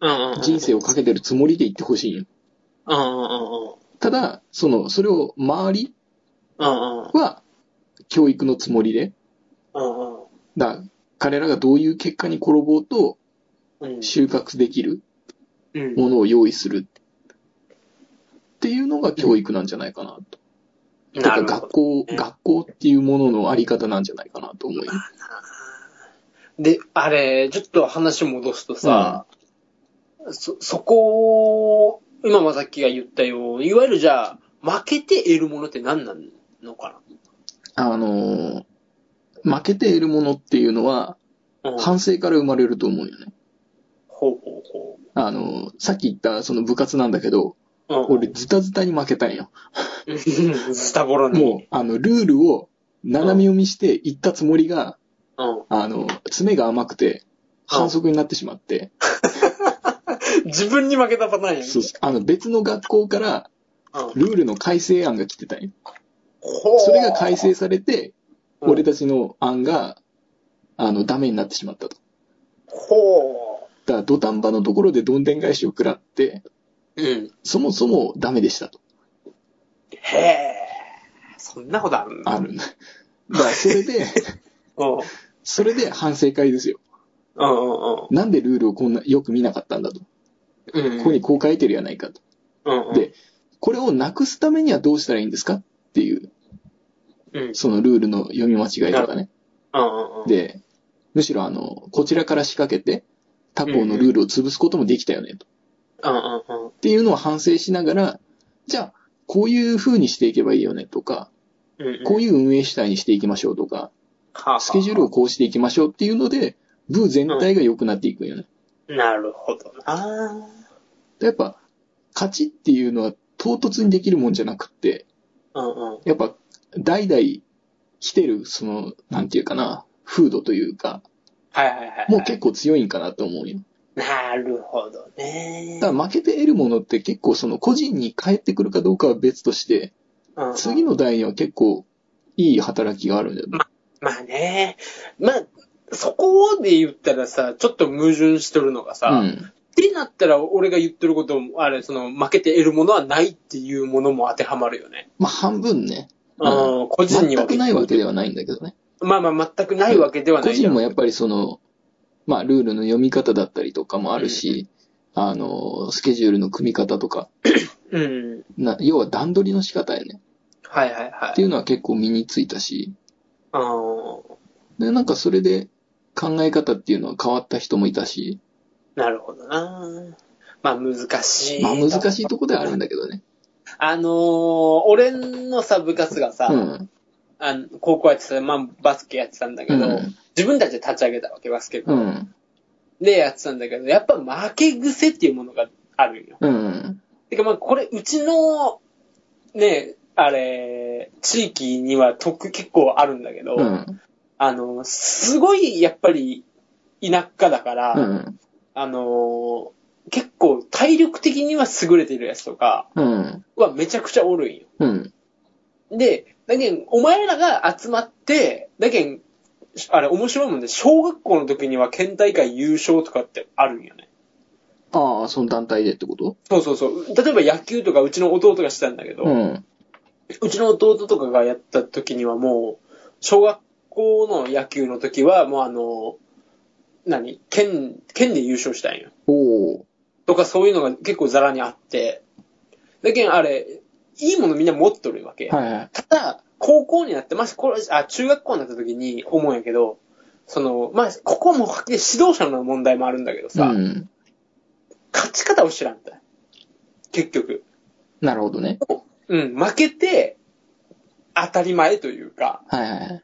うんうん。
人生をかけてるつもりで言ってほしいよ。
うんうんうんうん。
ただ、その、それを周り
うんうん
は教育のつもりで、
うんうん
だから彼らがどういう結果に転ぼうと
うん
収穫できる
うん
ものを用意するっていうのが教育なんじゃないかなと。と
な
か
るほ
学
ど。
校、
ね
学校っていうもののあり方なんじゃないかなと思うよ。
で、あれ、ちょっと話戻すとさ、そ、そこを、今まさきが言ったように、いわゆるじゃあ、負けて得るものって何なのか
あのー負けているものっていうのは
なうん。ほう
反省から生まれると思うよね。
ほうほ
あのーさっき言ったその部活なんだけど、
う。うん。
俺ズタズタに負けたんよ。
うん、ズタボロに。
もう、あの、ルールを斜め読みして言ったつもりが、
うん。
あの、爪が甘くて、反則になってしまって、
自分に負けたパターンやん。
そうあの、別の学校から
うん
ルールの改正案が来てたんよ。
ほう
それが改正されて、
うん
俺たちの案が、あの、ダメになってしまったと。
ほ
だから、土壇場のところでどんでん返しを食らって、
う。うん。
そもそもダメでしたと。
へえ。そんなことあるんだ。
あるんだ。だから、それ で、
うん。
それで反省会ですよ。
うん
なんでルールをこんな、よく見なかったんだと。
うんうん。
ここにこう書いてるやないかと。
うんうん。
で、これをなくすためにはどうしたらいいんですかっていう、
うん。
そのルールの読み間違いとかね。
うんうんうん。
で、むしろあの、こちらから仕掛けて、他校のルールを潰すこともできたよね、と。
うんうんうん。
っていうのを反省しながら、じゃあ、こういう風にしていけばいいよねとか、
うんうん。
こういう運営主体にしていきましょうとか、スケジュールをこうしていきましょうっていうので、部全体が良くなっていくよね。
を。なるほどな。
やっぱ、勝ちっていうのは唐突にできるもんじゃなくって、
うんうん。
やっぱ、代々来てる、その、なんていうかな、風土というか、
はいはいはい。
もう結構強いんかなと思うよ。
なるほどね。
ただ負けて得るものって結構その個人に返ってくるかどうかは別として、
うんうん
次の代には結構いい働きがあるんじゃない
まあね。まあ、そこで言ったらさ、ちょっと矛盾しとるのがさ、
うん。
ってなったら俺が言ってることも、あれ、その、負けて得るものはないっていうものも当てはまるよね。
まあ半分ね。
うん、個人に
全
は
くないわけではないんだけどね。
まあまあ全くないわけではな
個
い
人
よ
もやっぱりその、まあ、ルールの読み方だったりとかもあるし、あの、スケジュールの組み方とか、
うん。
な要は段取りの仕方やね。
はいはいは
ってい
い。
うのは結構身についたし、
あー
で、なんかそれで考え方っていうのは変わった人もいたし、
なるほどな。まあ難しい。
まあ難しいとこではあるんだけどね。
あのー俺のさ、部活がさ、
うん。
あの高校やってた、まあバスケやってたんだけ
う
ど、
ん。
自分たちで立ち上げたわけ、バスケ部。
うん。
でやってたんだけど、やっぱ負け癖っていうものがあるんよ。
うん。
てかまあこれ、うちの、ね、あれ、地域には特結構あるんだけど、
うん。
あの、すごいやっぱり田舎だから、
うん。
あの、結構体力的には優れてるやつとか
うん。
はめちゃくちゃおるんよ。
うん。
で、だけん、お前らが集まって、だけん、あれ面白いもんで、小学校の時には県大会優勝とかってあるんよね。
ああ、その団体でってこと
そうそうそう。例えば野球とかうちの弟がしてたんだけど、
うん。
うちの弟とかがやった時にはもう、小学校の野球の時はもうあの、何県、県で優勝したんよ。
おー
とかそういうのが結構ザラにあって、だけどあれ、いいものみんな持っとるわけ。
はいはい。
ただ、高校になって、まあ、これ、あ、中学校になった時に思うんやけど、その、まあ、ここもはっきり指導者の問題もあるんだけど
う
さ、
ん。
勝ち方を知らんだ。結局。
なるほどね。
うん、負けて、当たり前というか、
はいはいはい。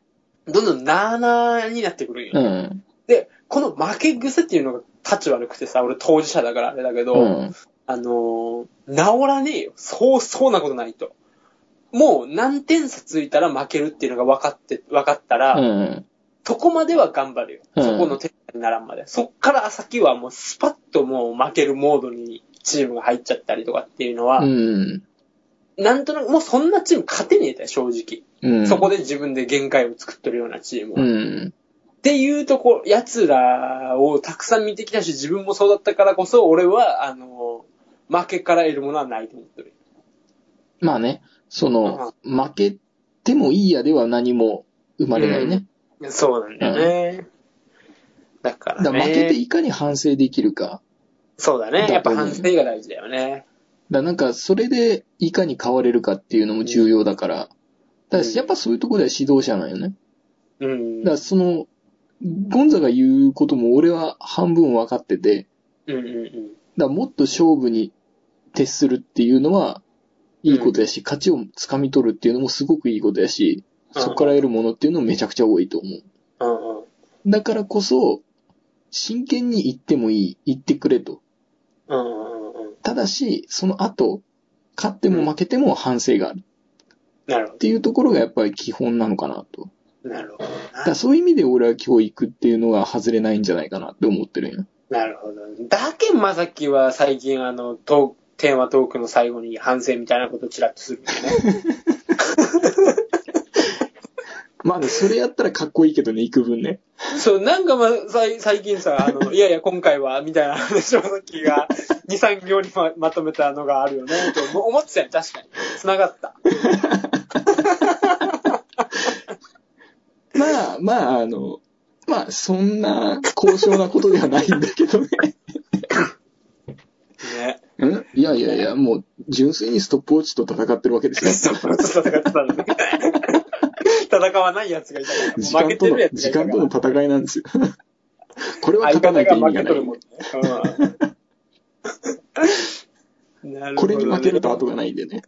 どんどんなーなーになってくるんよ。
うん。
で、この負け癖っていうのが立ち悪くてさ、俺当事者だからあれだけど、
うん。
あのー治らねえよ。そうそうなことないと。もう何点差ついたら負けるっていうのが分かって、分かったら、
うん。
そこまでは頑張るよ。
うん
そこの点差にならんまで。そっから先はもうスパッともう負けるモードにチームが入っちゃったりとかっていうのは、
うん。
なんとなくもうそんなチーム勝てねえだよ、正直。
うん。
そこで自分で限界を作ってるようなチームは。
う
っ
ん。
ていうとこ、奴らをたくさん見てきたし、自分もそうだったからこそ、俺は、あのー負けから得るものはないと思ってる。
まあね、その、負けてもいいやでは何も生まれないね。
そうなんだよね。だから
だか
ね。
ら負けていかに反省できるか。
そうだね。やっぱ反省が大事だよね。
だからなんか、それでいかに変われるかっていうのも重要だから。だからやっぱそういうところでは指導者なんよね。
うん。
だからその、ゴンザが言うことも俺は半分分かってて、
うんうんうん。
だからもっと勝負に徹するっていうのは、いいことやし、勝ちをつかみ取るっていうのもすごくいいことやし、
うん
そこから得るものっていうのもめちゃくちゃ多いと思う。
うんうん。
だからこそ、真剣に言ってもいい、言ってくれと。
うんうんうんうん。
ただし、その後、勝っても負けても反省がある
なるほ
っていうところがやっぱり基本なのかなと。
ど。なるほど
だからそういう意味で俺は教育っていうのは外れないんじゃないかなって思ってるんよ。
な。なるほど。だけまさきは最近あの、トーク、テーマトークの最後に反省みたいなことチラッとするんだよ ね。
まあね、それやったらかっこいいけどね、幾分ね。
そう、なんかまあ、さい最近さ、あの、いやいや、今回は、みたいな話をさっきが、2、3行にままとめたのがあるよね、と思思ってたよ、確かに。繋が った。
まあまあ、あの、まあそんな高尚なことではないんだけ どね。
ね。
んいやいやいや、もう純粋にストップウォッチと戦ってるわけですよ。
そう、戦ってたのね。戦わない奴がいたから。
時
負
間
け
と
て
の
る、奴
時
がいたか
間
ら。
との戦いなんですよ。 これは
相
勝たな
方
いと意
が
味
負
がな
けとる
い
も。んね。うんなるほ
こ
ど
れ
ね
に負けると後がないんで ね。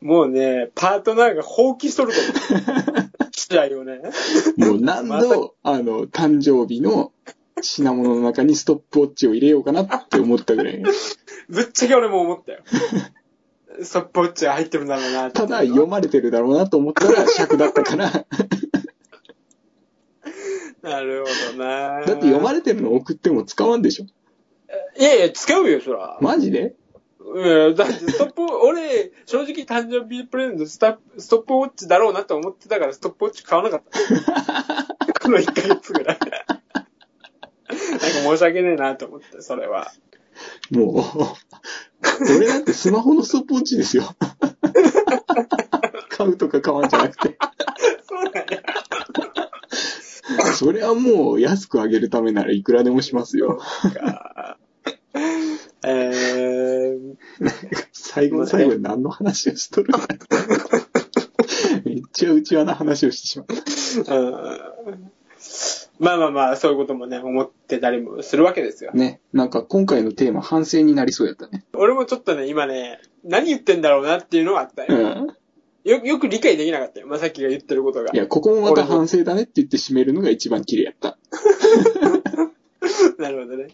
もうね、パートナーが放棄しとると思う。嫌いよね。
もう何度、あの、誕生日の品物の中にストップウォッチを入れようかなって思ったぐらい。
ぶっちゃけ俺も思ったよ。ストップウォッチが入ってるんだろうなって。
ただ読まれてるだろうなと思ったら尺だった から、だって
なるほどな。
読まれてるの送っても使わんでしょ。
いやいや、使うよ、そら。
マジで
うん、だってストップ、俺、正直誕生日プレゼントスタップストップウォッチだろうなと思ってたからストップウォッチ買わなかった。 この1ヶ月ぐらい。なんか申し訳ねえなと思って、それは。
もう、俺なんてスマホのストップウォッチですよ。 買うとか買わんじゃなくて、
そうだね。
それはもう安く上げるためならいくらでもしますよ。
えー、
最後の最後に何の話をしとるんだめっちゃ内輪な話をしてしまった。
うんまあまあまあ、そういうこともね、思ってたりもするわけですよ。
ね、なんか今回のテーマ反省になりそうやったね。
俺もちょっとね、今ね、何言ってんだろうなっていうのがあった
う
よ。
ん。
よよく理解できなかったよ。まさきが言ってることが
い。や、ここもまた反省だねって言って締めるのが一番綺麗やった。
なるほどね。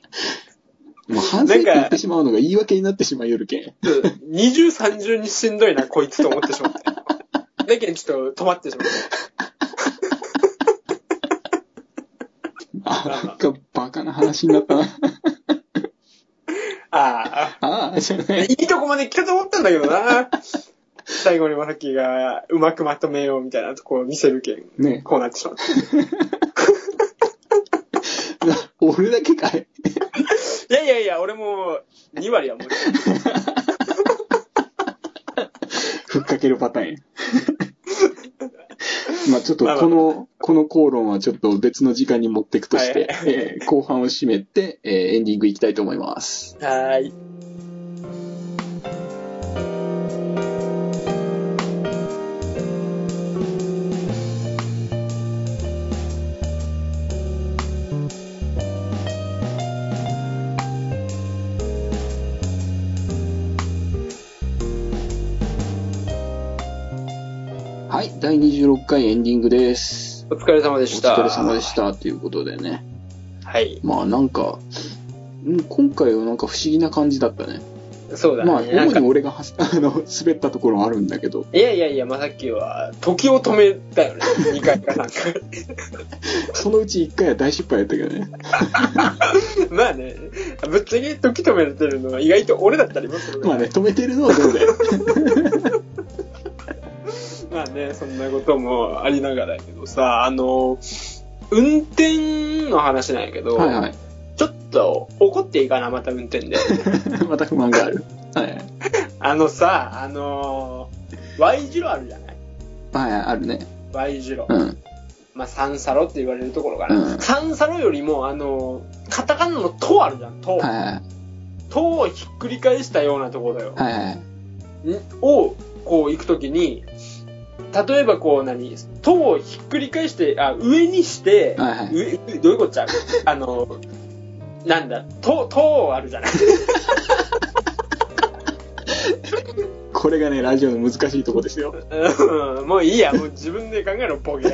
もう反省って言ってしまうのが言い訳になってしまいよるけん。
ちょっと 二重三重にしんどいな、こいつと思ってしまったよ。だけどちょっと止まってしまった。
あ、なんかバカな話になったな。
あ
ああ、じゃな
あ、い
い。
いとこまで来たと思ったんだけどな。最後にまさきがうまくまとめようみたいなとこを見せるけん、
ね
こうなってしまった。
な俺だけかい。
いやいやいや、俺も2割はもう。
ふっかけるパターンや。まあちょっとこの、この口論はちょっと別の時間に持っていくとして、
は
えー後半を締めて、えーエンディングいきたいと思います。
はーい。
はい、第26回エンディングです。
お疲れ様で
お
した。
疲れ様でした。ということでね。
はい。
まあなんか、うん今回はなんか不思議な感じだったね。
そうだね。
まあ、
なん
主
か
に俺がは あの滑ったところはあるんだけど、
いやいやいや、まさっきは、時を止めたよね。2回かなんか。
そのうち1回は大失敗やったけどね。
まあね、ぶっちゃけ時止めてるのは意外と俺だったりもするか
まあ
ら
ね、止めてるのはどうだよ。
まあね、そんなこともありながらやけどさ、あの、運転の話なんやけど、
はいはい。
ちょっと怒っていいかな、また運転で。
また不満がある。はいはい。
あのさ、あの、Y 字路あるじゃない
はいはい、あるね。
?Y 字路。
うん。
まあ、サンサロって言われるところか
う
な。
ん
サンサロよりも、あの、カタカナのトあるじゃん、ト。
はいはい。
塔をひっくり返したようなところだよ。
はいはい。
んを、こう行くときに、例えばこう何、塔をひっくり返して、あ、上にして、
はいはい
上上どういうことじゃ んあの、なんだ、塔、塔あるじゃない。
これがね、ラジオの難しいとこですよ。
うんもういいや、もう自分で考えろ、ボケ。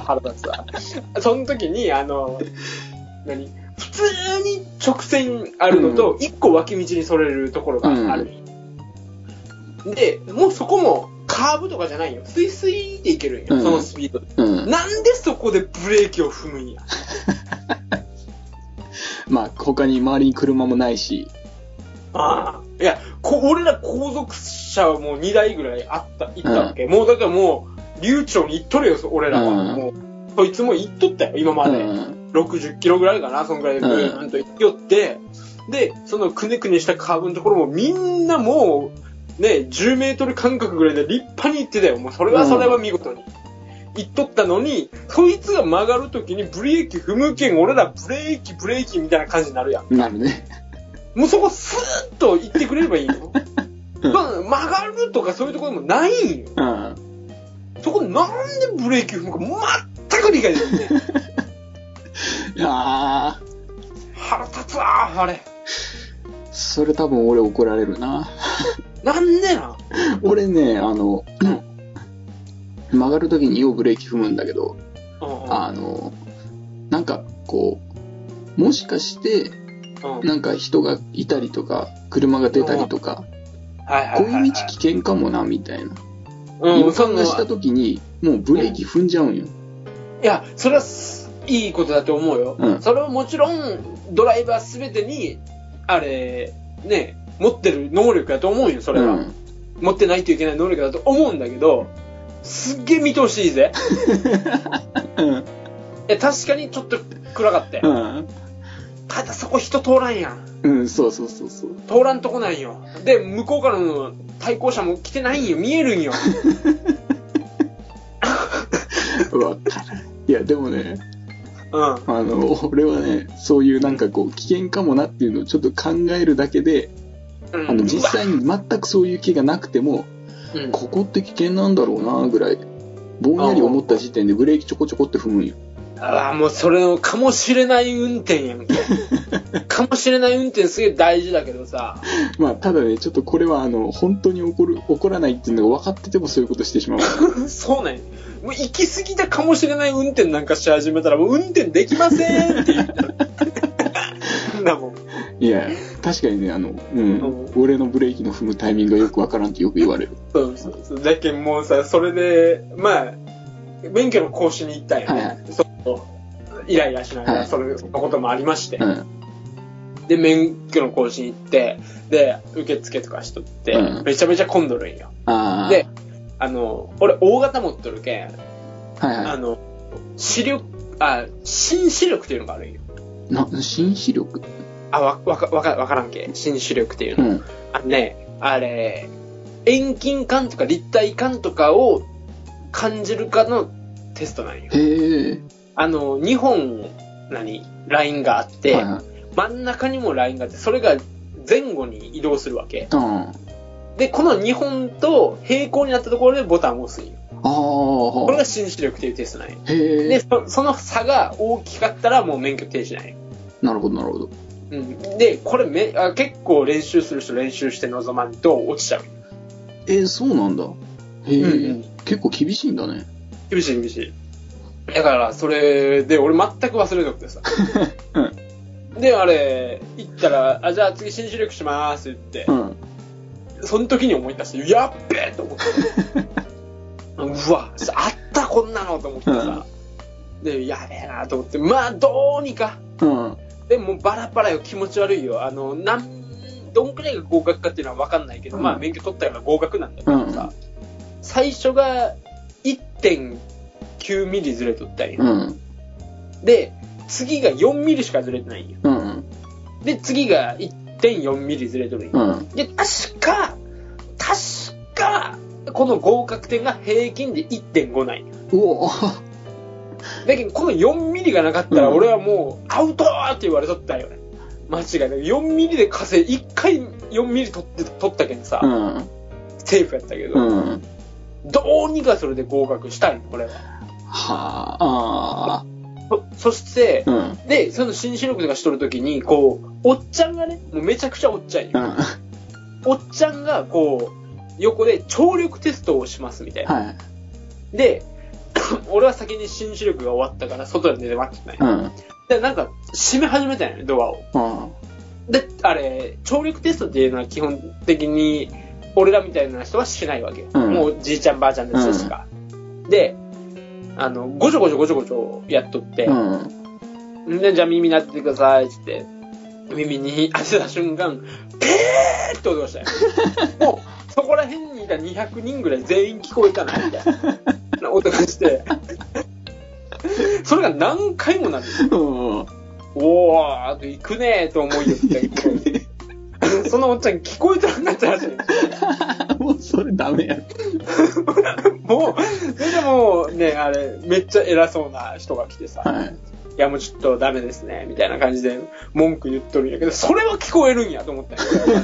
腹立つわ。その時に、あの、何普通に直線あるのと、一個脇道にそれるところがある。で、もうそこもカーブとかじゃないよ。スイスイっていけるん
う
よ、
ん
そのスピードで。
うん。
なんでそこでブレーキを踏むんや。
まあ、他に周りに車もないし。
ああ。いや、こ俺ら後続車はもう2台ぐらいあった、行ったわけ。もうだからもう、流暢に行っとるよ、俺らは。
うん
もう、そいつも行っとったよ、今まで。
うん。
60キロぐらいかな、そんぐらいでぐーんと行きよって、で、そのくねくねしたカーブのところもみんなもう、ね、10メートル間隔ぐらいで立派に行ってたよ。もうそれはそれは見事に。行っとったのに、そいつが曲がるときにブレーキ踏むけん、俺らブレーキブレーキみたいな感じになるやん。
なるね。
もうそこスーッと行ってくれればいいの。 まあ曲がるとかそういうところもないんよ。
うん。
そこなんでブレーキ踏むか全く理解できない。
いやー、
腹立つわー、あれ。
それ多分俺怒られるな。
なんでなん
俺ね、あの、曲がるときにようブレーキ踏むんだけど、
うんうん
あの、なんかこう、もしかして、
うん
なんか人がいたりとか、車が出たりとか、
はいは
こ
いうは
いう
いはい
道危険かもな、みたいな。
う
今
ん、そ
考
んな
えした
い
ときに、もうブレーキ踏んじゃうんよ。
や、それはすいいことだと思うよ。
うん
それはもちろん、ドライバーすべてに、あれ、ね、持ってる能力だと思うよ、それは。
うん
持ってないといけない能力だと思うんだけど、すっげえ見通しいいぜ。
うん。
いや、確かにちょっと暗かったよ。
うん。
ただそこ人通らんやん。
うん、そうそうそうそう。
通らんとこないよ。で、向こうからの対向車も来てないんよ。見 えるんよ。
わからん。いや、でもね、
うん。
あの、俺はね、そういうなんかこう、危険かもなっていうのをちょっと考えるだけで、
うん
あの、実際に全くそういう気がなくても、
うん
ここって危険なんだろうなぐらい、ぼんやり思った時点でブレーキちょこちょこって踏むんよ。
ああ、もうそれの、かもしれない運転やんけ。かもしれない運転すげえ大事だけ どさ。
まあ、ただね、ちょっとこれはあの、本当に起こる、起こらないっていうのが分かっててもそういうことして しまう。
そうね。もう行き過ぎたかもしれない運転なんかし始めたら、もう運転できませんって言った。だもん。
いや、確かにね、あの、うん、
うん
俺のブレーキの踏むタイミングがよく分からんってよく言われる。
そうそうそう。だけどもうさ、それで、まあ、免許の講習に行ったんやね。
はいはい
そう。イライラしながら、
はい
それそのこともありまして。
うん。
で、免許の講習に行って、で、受付とかしとって、
うん
めちゃめちゃ混んどるんよ。
ああ。
で、あの、俺、大型持っとるけん、
はい
あ
は
の、視力、あ、新視力っていうのがあるんよ。
い。な、紳士力
あ、わ、わか、わかわからんけ。新視力っていう
う
の。
ん。
あのね、あれ、遠近感とか立体感とかを感じるかのテストなんよ。
へえ。
あの、2本、何ラインがあって、
はいはい。
真ん中にもラインがあって、それが前後に移動するわけ。
うん。あ
で、この2本と平行になったところでボタンを押すんよ。これ
あ。
が新視力っていうテストなんよ。
へ
で、
え。
そその差が大きかったらもう免許停止なんよ。
なるほど、なるほど。
うん。で、これめあ結構練習する人練習して臨まんと落ちちゃう。
えー、そうなんだ。へえ、
うんうん
結構厳しいんだね。
厳しい厳しい。だから、それで、俺全く忘れなくてさ。で、あれ、行ったら、あ、じゃあ次新視力しますって
う
言っ
ん。
て、その時に思い出して、やっべえと思って。うわ、あったこんなのと思ってさ。で、やべえなと思って、まあ、どうにか。
うん。
でもうバラバラよ、気持ち悪いよ。あの、なん、どんくらいが合格かっていうのは分かんないけど、
うん
まあ免許取ったから合格なんだけどさ、最初が1.9ミリずれとったん
う
よ。
ん。
で、次が4ミリしかずれてないんよ。
うん。
で、次が1.4ミリずれとるん
う
よ。
ん。
で、確か、確か、この合格点が平均で1.5なんよ。
うおー
だけど、この4ミリがなかったら、
うん
俺はもう、アウトーって言われとったよね。間違いない。4ミリで稼い、1回4ミリ取って、取ったけんさ、
うん。
セーフやったけど、
うん。
どうにかそれで合格したいの、これは。
はあ。あ
そそして
ー、うん。うん。
で、その新視力とかしとるときに、こう、おっちゃんがね、もうめちゃくちゃおっちゃんよ。おっちゃんが、こう、横で聴力テストをしますみたいな。
はい。
で、 俺は先に新視力が終わったから、外で寝て待ってたん
う
よ。
ん。
で、なんか、閉め始めたんよね、ドアを。
うん。
で、あれ、聴力テストっていうのは基本的に、俺らみたいな人はしないわけよ。
うん
もうじいちゃんばあちゃんたちしか。で、あの、ごちょごちょごちょごちょやっとって、
うん。
んで、じゃあ耳鳴ってくださいってって、耳に当てた瞬間、ペーって音がし たよ。もう、そこら辺にいた200人ぐらい全員聞こえたな、みたいな音がして、それが何回もなる。
うん。
おー、あと行くねーと思いよって。 そのおっちゃん聞こえてなかったらしい。
もうそれダメや。
もう、それでもうね、あれ、めっちゃ偉そうな人が来てさ、
はい。
いやもうちょっとダメですね、みたいな感じで文句言っとるんやけど、それは聞こえるんやと思ったよ。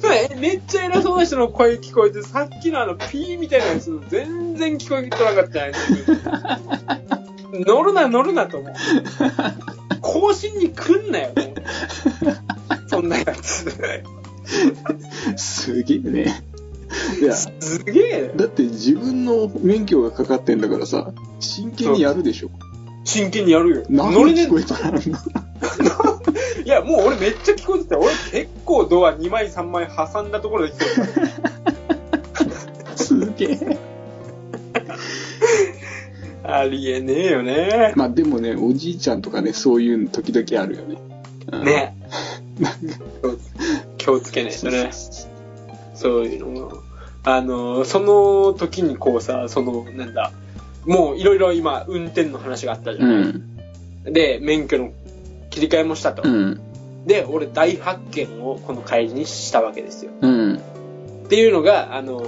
そうねめっちゃ偉そうな人の声聞こえて、さっきのあのピーみたいなやつ、全然聞こえてこなかったんや乗るな乗るなと思う。更新に来んなよ、と思ってそんなやつ。
すげえね。いや、
すげえ。
だって自分の免許がかかってんだからさ、真剣にやるでしょ。
真剣にやるよ。
何
乗れね
聞こえたら
え。いや、もう俺めっちゃ聞こえてたよ。俺結構ドア2枚3枚挟んだところで聞こ えて
すげえ。
た。ありえねえよね。
まあでもね、おじいちゃんとかね、そういうの時々あるよね。うん
ね。気をつけないとね。そういうのも。あの、その時にこうさ、その、なんだ、もういろいろ今、運転の話があったじゃ。
うんん。
で、免許の切り替えもしたと。
うん。
で、俺大発見をこの帰りにしたわけですよ。
うん。
っていうのが、あの、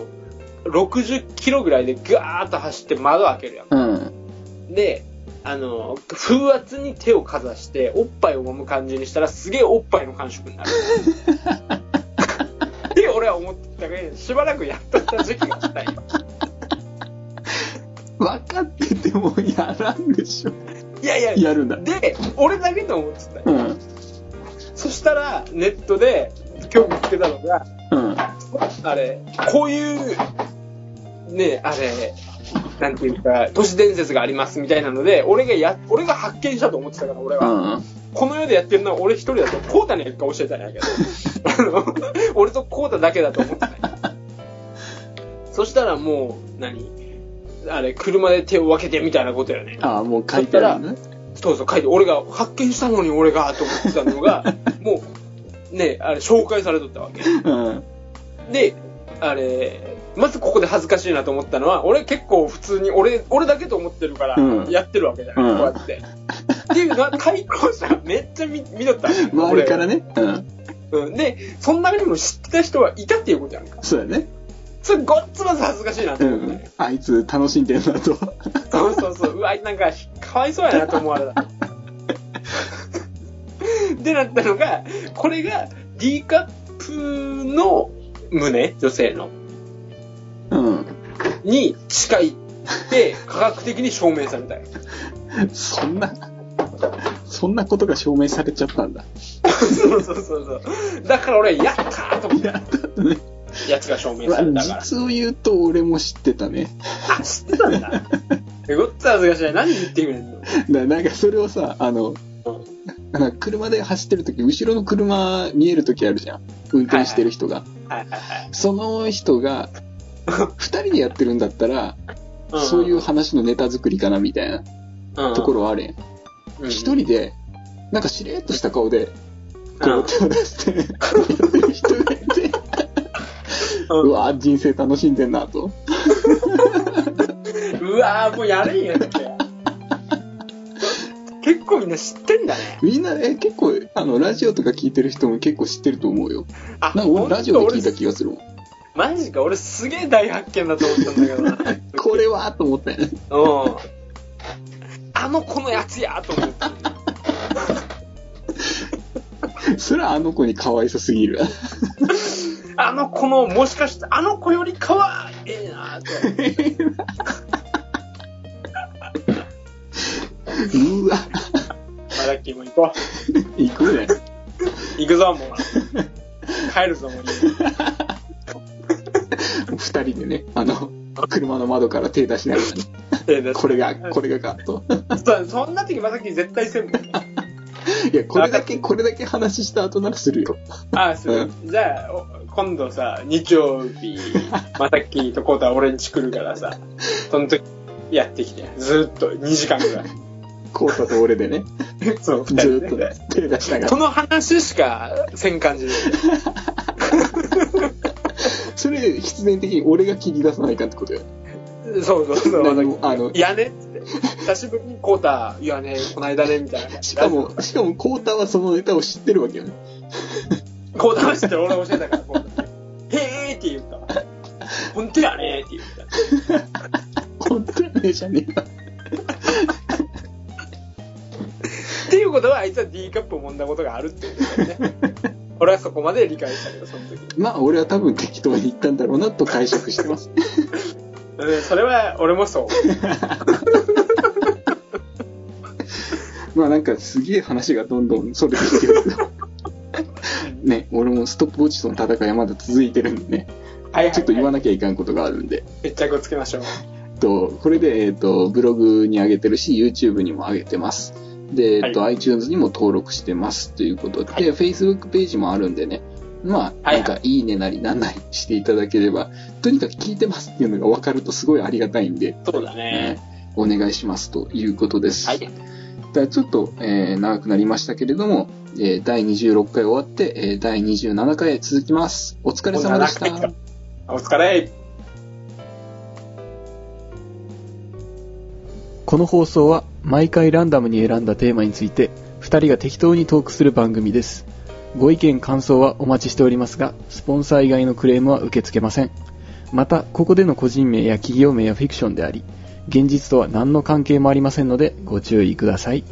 60キロぐらいでガーッと走って窓開けるや
うん。
ん。で、あの、風圧に手をかざして、おっぱいを揉む感じにしたら、すげえおっぱいの感触になる。って俺は思ってたけど、しばらくやっとった時期が来たよ。
分かっててもやらんでしょ。
いやいや、
やるんだ。
で、俺だけと思ってたよ。
うん。
そしたら、ネットで、今日見つけたのが、
うん。
あれ、こういう、ね、あれ、なんていうか、都市伝説がありますみたいなので、俺がや、俺が発見したと思ってたから、俺
う
は。
ん。
この世でやってるのは俺一人だと、コータにやるか教えたんやけど、あの、俺とコータだけだと思ってたんやそしたらもう、何あれ、車で手を分けてみたいなことやね。
ああ、もう
書いてあるのね。
そうそう、書いて、俺が発見したのに俺が、と思ってた のが、もう、ね、あれ、紹介されとったわけ。
うん。
で、あれ、まずここで恥ずかしいなと思ったのは、俺結構普通に、俺、俺だけと思ってるから
う、ん
やってるわけじゃない、
うん
こうやって。っていうのは、開口者めっちゃ見見とった。
周りから
ね。
ね。うん。
うん。で、その中にも知ってた人はいたっていうことやんか。
そうだね。
それごっつまず恥ずかしいなと
う
思った、
ん。あいつ楽しんでるなと。
そうそうそう。うわ、なんか、かわいそうやなと思われた。でなったのが、これが D カップの胸、女性の。
うん。
に近いって科学的に証明されたよ
そんな、そんなことが証明されちゃったんだ。
そうそうそうそうだから俺やったーと思っ
やったとね。
てやつが証明
ま
さ
あ
れたから
実を言うと俺も知ってたね。
あ知ってたんだえごっつ恥ずかしい何言ってくれんの
だなんかそれをさ、あの、なんか車で走ってる時後ろの車見える時あるじゃん。運転してる人が。
はいはいはい
その人が、二人でやってるんだったら、そういう話のネタ作りかなみたいなところはあるやん。
ろ
一人で、なんかしれっとした顔で、
う
こ
ん
う手を出して、やってる人がいて、
うん
うわ人生楽しんでんなと。
うわーもうやれんやんって結構みんな知ってんだね
みんな、え、結構、あの、ラジオとか聞いてる人も結構知ってると思うよ。
あ
なんか俺、ラジオで聞いた気
が
がするもん。
マジか俺すげえ大発見だと思ったんだけどな
これはと思ったよね。
うんあの子のやつやと思って
それはあの子に可愛さすぎるわ。
あの子の、もしかして、あの子よりかは、ええなぁと。
うわ、
まあ、ラッキーも行こ
行くね。
う。行くぞ、も う。帰るぞ、もう。
二人でね、あの、車の窓から手出しながらね、
ええ
これが、これがか、と。
そそんな時、まさき絶対せんもん。
いや、これだけ、これだけ話した後ならするよ。
ああ、そう。じゃあ、お今度さ、日曜日、まさきとコータは俺んち来るからさ、その時、やってきて、ずーっと2時間ぐ らい。
コウタと俺でね、
そう、
ず
二人
ーっ
で
とね、手出しなが
こ
ら。
の話しかせん感じで。
それ、必然的に俺が切り出さないかんってことよ。
そうそうそう、まさ
何も。
き
あの
い、やねっつって。久しぶりにコータ、いやね、こないだね、みたいな感じで。
しかも、しかも、コウタはそのネタを知ってるわけよね。
こう出して俺教えたから、こう。へーって言ったわ。本当やねーって言った。
本当やねえじゃねえか。
っていうことは、あいつは D カップを揉んだことがあるっていうことだよね。 俺はそこまで理解したけど、その時。
まあ、俺は多分適当に言ったんだろうなと解釈して ます。
うん、それは俺も そう。
まあ、なんか、すげえ話がどんどんそれて きてるけど。ね、俺もストップウォッチとの戦いはまだ続いてるんでね、
はいはい。
ちょっと言わ
ない。
なきゃいかんことがあるんで。
決着をつけましょう。
えっと、これで、えっと、ブログに上げてるし、YouTube にも上げてます。で、えっと、iTunes にも登録してますということで、
はい
Facebook ページもあるんでね、まあ、
はい
なんか、いいねなりなんなりしていただければ、とにかく聞いてますっていうのが分かるとすごいありがたいんで、
そうだ
え
ね。
ーお願いしますということです。
はい。
だからちょっと、えー長くなりましたけれども、えー第26回終わって、えー第27回へ続きます。お疲れ様でし
お疲れ様で
た
し。お疲れ。
この放送は毎回ランダムに選んだテーマについて2人が適当にトークする番組です
ご意見、感想はお待ちしておりますが、スポンサー以外のクレームは受け付けません。また、ここでの個人名や企業名はフィクションであり、現実とは何の関係もありませんので、ご注意ください。